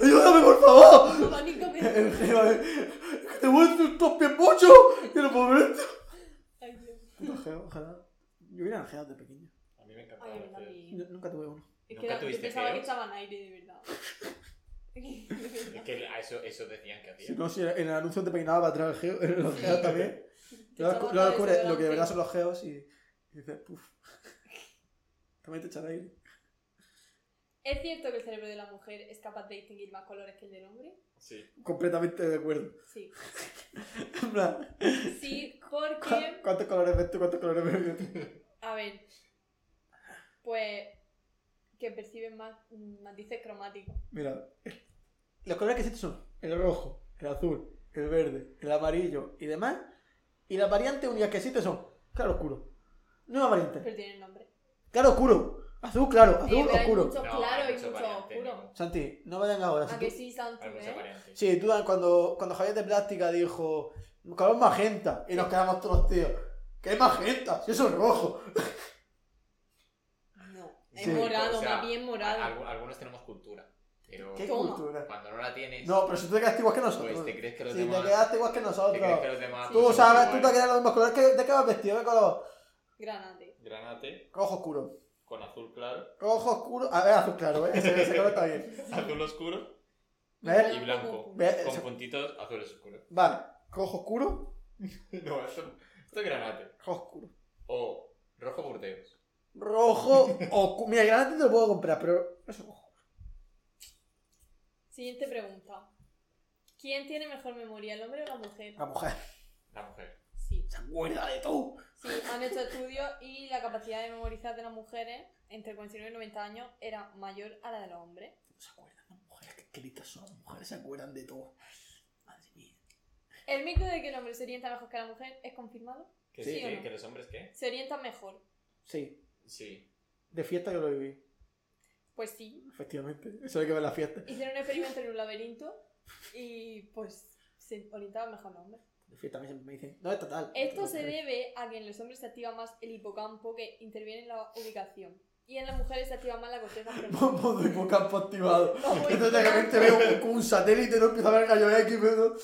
¡Ayúdame, por favor!
Abanico me-
El geo es... ¡Que te vuelves un top bien mucho! ¡Yo no puedo ver esto!
Ay, Dios.
Puto geo, ojalá. Yo era geo de pequeño.
A mí me encantaba.
Ay,
los
verdad,
geos.
mi-
Yo nunca tuve uno.
Es que
¿Nunca
era- yo
tuviste
pensaba que
geos?
estaban aire, de verdad.
[LAUGHS]
De
Es
verdad.
que a eso, eso decían que
Si
hacían.
no, si en el anuncio te peinaba para atrás el geo, en los geos también.
Te
Luego
echaban
descu- luego descubres lo que
desodorante.
de verdad son los geos y, y dices, puf. [LAUGHS] También te echan aire.
¿Es cierto que el cerebro de la mujer es capaz de distinguir más colores que el del hombre?
Sí.
Completamente de acuerdo. [LAUGHS]
Sí.
En plan,
Sí,
[LAUGHS] ¿cu-
porque.
¿cuántos colores ves tú? ¿Cuántos colores ves tú?
A ver. Pues. Que perciben más mm, matices cromáticos.
Mira, los colores que existen son el rojo, el azul, el verde, el amarillo y demás. Y las variantes únicas que existen son claro oscuro. Nueva variante.
Pero tienen nombre.
Claro oscuro. Azul claro,
Eh,
azul
pero hay
oscuro.
muchos
No,
claros
hay
y
mucho
muchos
variante,
oscuros.
no.
Santi, no vayan ahora. Si
¿A
tú-
que sí, Santi?
Hay muchas
eh?
variantes.
Sí, tú cuando, cuando Javier de Plástica dijo color magenta y nos quedamos todos tíos. ¿Qué magenta? Si eso es rojo.
No.
Sí,
Es morado,
o sea,
más bien morado.
Al- algunos tenemos cultura. Pero
¿Qué
Toma.
cultura?
cuando no la tienes,
No, pero si tú te quedaste igual que nosotros.
pues te crees que los
si te
demás.
quedaste igual que
te crees que
nosotros.
los demás.
Sí.
no
Tú
son
sabes, tú te
iguales.
quedas los mismos colores. ¿Qué- ¿De qué vas vestido? ¿Qué color?
¿Eh?
Granate.
Granate
Rojo oscuro.
con azul
[LAUGHS]
claro,
Rojo oscuro. A ver, azul claro, ¿eh? ese, ese color está bien.
azul oscuro
¿Ves?
y blanco.
¿Ves?
Con
Ese-
puntitos azules oscuros. [LAUGHS]
Vale, rojo oscuro,
No, esto, esto es granate.
rojo oscuro.
O rojo burdeos.
Rojo oscuro. Mira, el granate te lo puedo comprar, pero eso es rojo.
Siguiente pregunta. ¿Quién tiene mejor memoria, el hombre o la mujer?
La mujer
La mujer.
Sí.
se acuerda de todo.
Sí, han hecho estudios y la capacidad de memorizar de las mujeres entre 49 y 90 años era mayor a la de los hombres.
se acuerdan las mujeres, qué listas son las mujeres, se acuerdan de todo. Madre mía.
El mito de que el hombre se orienta mejor que la mujer es confirmado.
¿Que,
Sí.
sí,
¿Sí o
que-
no?
que los hombres qué?
Se orienta mejor.
Sí.
Sí.
De fiesta yo lo viví,
Pues sí.
efectivamente. Eso hay que ver la fiesta.
Hicieron un experimento en un laberinto y pues se orientaba mejor los hombres.
De fiesta a mí siempre me dicen, no es total.
Esto se debe a que en los hombres se activa más el hipocampo que interviene en la ubicación. Y en las mujeres se activa más
[LAUGHS]
la corteza pues, frontal.
Modo hipocampo activado.
Ojo,
Entonces de repente veo un- como un satélite y no empiezo a ver gallo X, pero...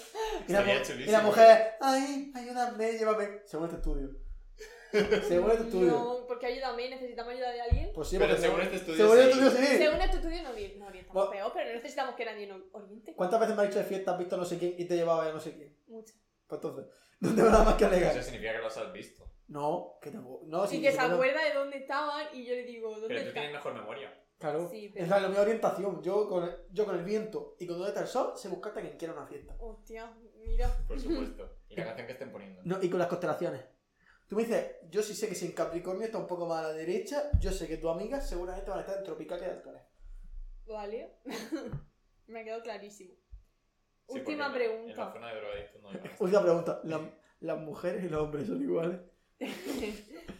Y la,
Estaría
mu-
chulísimo.
y la mujer, ay, ayúdame, llévame. Según este estudio.
[LAUGHS]
Según este estudio.
No, porque ayúdame, necesitamos ayuda de alguien.
Pues sí,
Pero
porque
según este estudio,
Según este
sí.
estudio, sí.
Según este estudio no, ori- no orientamos
Bueno.
peor, pero no necesitamos que nadie nos oriente.
¿Cuántas veces me ha dicho de fiesta, has visto no sé quién y te llevaba a no sé quién?
Mucho.
Pues entonces, [LAUGHS] no tengo nada más que
Eso
alegar.
significa que los has visto.
Pues
No, que tampoco. No, Ah, sí,
y que
sí,
se
no.
acuerda de dónde estaban y yo le digo, ¿dónde
Pero tú
está?
tienes mejor memoria.
Claro.
Sí,
Es
pero-
la, la misma orientación. Yo con, el, yo con el viento y con donde está el sol, sé buscarte a quien quiera una fiesta.
Hostia, mira.
Por supuesto. Y la canción que estén poniendo.
No, y con las constelaciones. Tú me dices, yo sí sé que si en Capricornio está un poco más a la derecha, yo sé que tus amigas seguramente van a estar en Tropicales y Alcores.
Vale. [LAUGHS] Me ha quedado clarísimo. [LAUGHS]
Sí, porque
Última
en la- En la
pregunta.
zona de drogadictos no hay
[LAUGHS]
más.
Última pregunta. ¿la- ¿Las mujeres y los hombres son iguales?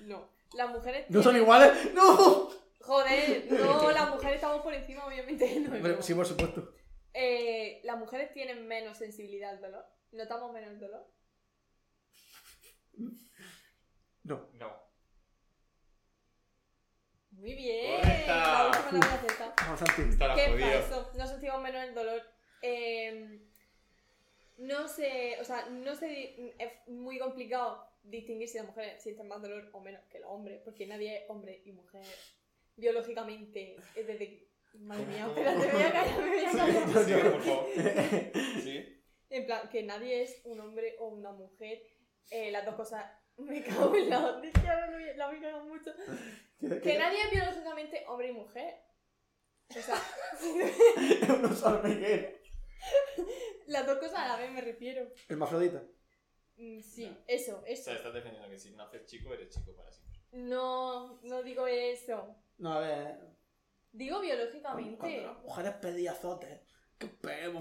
no. Las mujeres.
¿No son
tienen-
iguales? ¡No!
Joder, no, las mujeres estamos por encima, obviamente. [LAUGHS] No,
Hombre,
no.
sí, por supuesto.
Eh, las mujeres tienen menos sensibilidad al dolor. Notamos menos el dolor.
No.
No.
Muy bien.
Correcta.
La última la voy a aceptar.
Vamos, Santi.
Estará
Qué
jodido.
falso. No sentimos menos el dolor. Eh, no sé, o sea, no sé, es muy complicado distinguir si las mujeres sienten más dolor o menos que los hombres, porque nadie es hombre y mujer biológicamente es desde que- Madre mía,
¿Cómo?
espérate, me voy a callar, me voy a callar.
[LAUGHS] Sigue,
[LAUGHS]
por favor. Sí.
En plan, que nadie es un hombre o una mujer. eh, las dos cosas [LAUGHS] me cago en la hostia, me voy- la voy a cagar mucho.
Que- [LAUGHS]
Que
que-
nadie es biológicamente hombre y mujer. O sea, [LAUGHS]
no sabe Miguel.
las dos cosas a la vez me refiero.
Hermafrodita.
Mm, Sí,
Ya.
eso,
O
eso.
sea, estás defendiendo que si naces chico, eres chico para siempre.
No, no digo eso.
No, a ver.
Digo biológicamente.
las mujeres pedí azotes. ¡Qué pebo!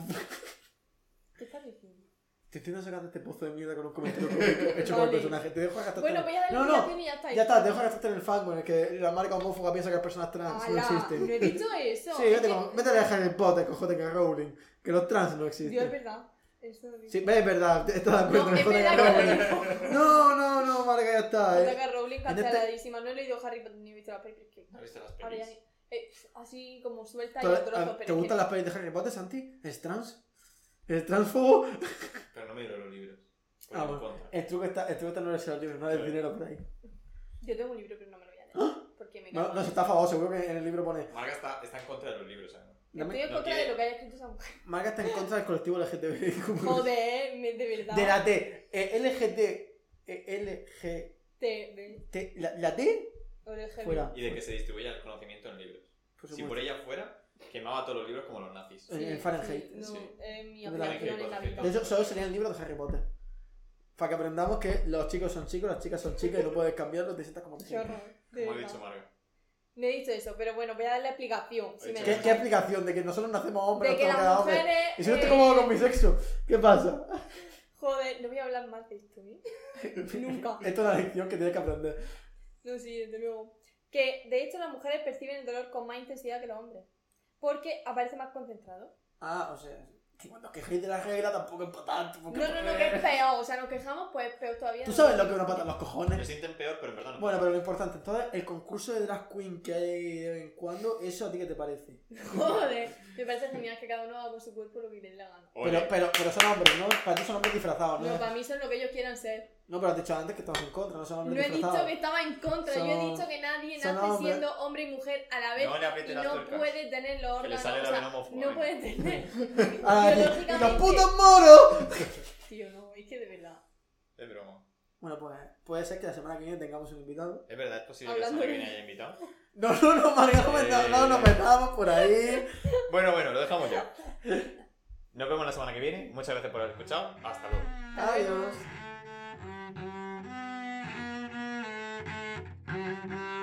¿Qué estás diciendo?
Te estoy sacando este pozo de mierda con un comentario que he hecho con el
Vale.
personaje. Te dejo gastarte.
Bueno, voy a dar
No,
la
no.
explicación y ya está. ¿eh?
Ya está, te dejo gastarte en el fango en el que la marca homófoba piensa que las personas trans no
Ala,
existen.
no he dicho eso.
[LAUGHS] Sí,
Es
vete,
que-
con- vete a dejar el pote, cojote que Rowling. Que los trans no
Dios, es
existen.
verdad. Eso lo digo.
Sí, es verdad, te- estás de acuerdo
No,
en
es
J.K.
verdad que lo dijo.
Rowling. No, no, no, marca, ya está. eh.
J.K. Rowling canceladísima. No he leído Harry Potter ni he visto la película. que-
¿Has visto las
Ahora ya.
pelis?
eh, así como suelta y
¿Te,
el trozo,
ah, te
pero. es que-
gustan las pelis de Harry Potter, Santi? ¿Es trans? ¿Es transfobo?
Pero no me dieron los libros.
Ah,
Ah,
bueno. El truco está, el truco está en no leerse los libros, no el
Sí.
dinero por ahí.
Yo tengo un libro, pero no me lo voy a
¿Ah?
leer. Porque me
No,
cago
no,
en-
se está a favor, seguro que en el libro pone.
Marga está, está en contra de los libros, además.
"No
Estoy
me-
en
no
contra de
quiere.
lo que haya escrito esa
[LAUGHS]
mujer.
Marga está en contra del colectivo LGTB.
Joder, me- de verdad.
De la T. eh, LGT. eh,
Te- de-
LGT. La, la T
LGBT.
fuera.
Y de que se distribuya el conocimiento en libros.
Por
Si por
supuesto.
ella fuera, quemaba todos los libros como los nazis.
Eh, en Fahrenheit,
no,
sí.
es mi
Es verdad.
opinión en la vida.
De hecho, solo sería el libro de Harry Potter. Para que aprendamos que los chicos son chicos, las chicas son chicas y no puedes cambiarlos, te sientas como te
Qué
sientas.
horror, de
Como he
verdad.
dicho, Marga.
No he dicho eso, pero bueno, voy a dar la explicación. Si me
¿Qué,
dejáis.
¿Qué explicación? De que nosotros nacemos hombres,
de que
nosotros
las
quedamos hombres.
mujeres.
Y si no estoy
eh,
cómodo con mi sexo, ¿qué pasa?
Joder, no voy a hablar más de esto, ¿eh? Nunca.
[LAUGHS] Esto es una lección que tienes que aprender.
No, sí, desde luego. Que de hecho las mujeres perciben el dolor con más intensidad que los hombres. Porque aparece más concentrado.
Ah, o sea, que cuando os quejéis de la regla tampoco es para tanto.
No,
porque- pues, eh,
no, no, que es peor. O sea, nos quejamos, pues es peor todavía.
Tú
¿no?
sabes lo que es una pata en los
Lo
cojones.
sienten peor, pero en verdad no.
Bueno, pero lo importante, entonces, el concurso de drag queen que hay de vez en cuando, ¿eso a ti qué te parece?
Joder, me parece genial que cada uno haga con su cuerpo lo que le dé la gana.
Ole.
Pero, pero, pero son hombres, ¿no? Para ti son hombres disfrazados,
No,
¿no?
para mí son lo que ellos quieran ser.
No, pero has dicho antes que estamos en contra, no son
No
hombres
he dicho
disfrazados.
que estaba en contra, yo he
Son-
dicho que nadie
son
nace
hombres.
siendo hombre y mujer a la vez.
No le apriete
y
las
no
tuercas.
puede tener los
Que le
órganos.
sale
o
la
sea,
vena homófoba,
no
venga.
puede
[LAUGHS]
tener.
Ah,
biológicamente.
¡Y los putos moros!
Tío, no, es que de verdad.
Es broma.
Bueno, pues puede ser que la semana que viene tengamos un invitado.
Es verdad, es posible
Hablando
que se
de-
me haya invitado.
No, no, no, María, no, me- no, no, metábamos por ahí.
Bueno, bueno, lo dejamos
[LAUGHS]
ya. Nos vemos la semana que viene. Muchas gracias por haber escuchado. Hasta luego.
Adiós.
Thank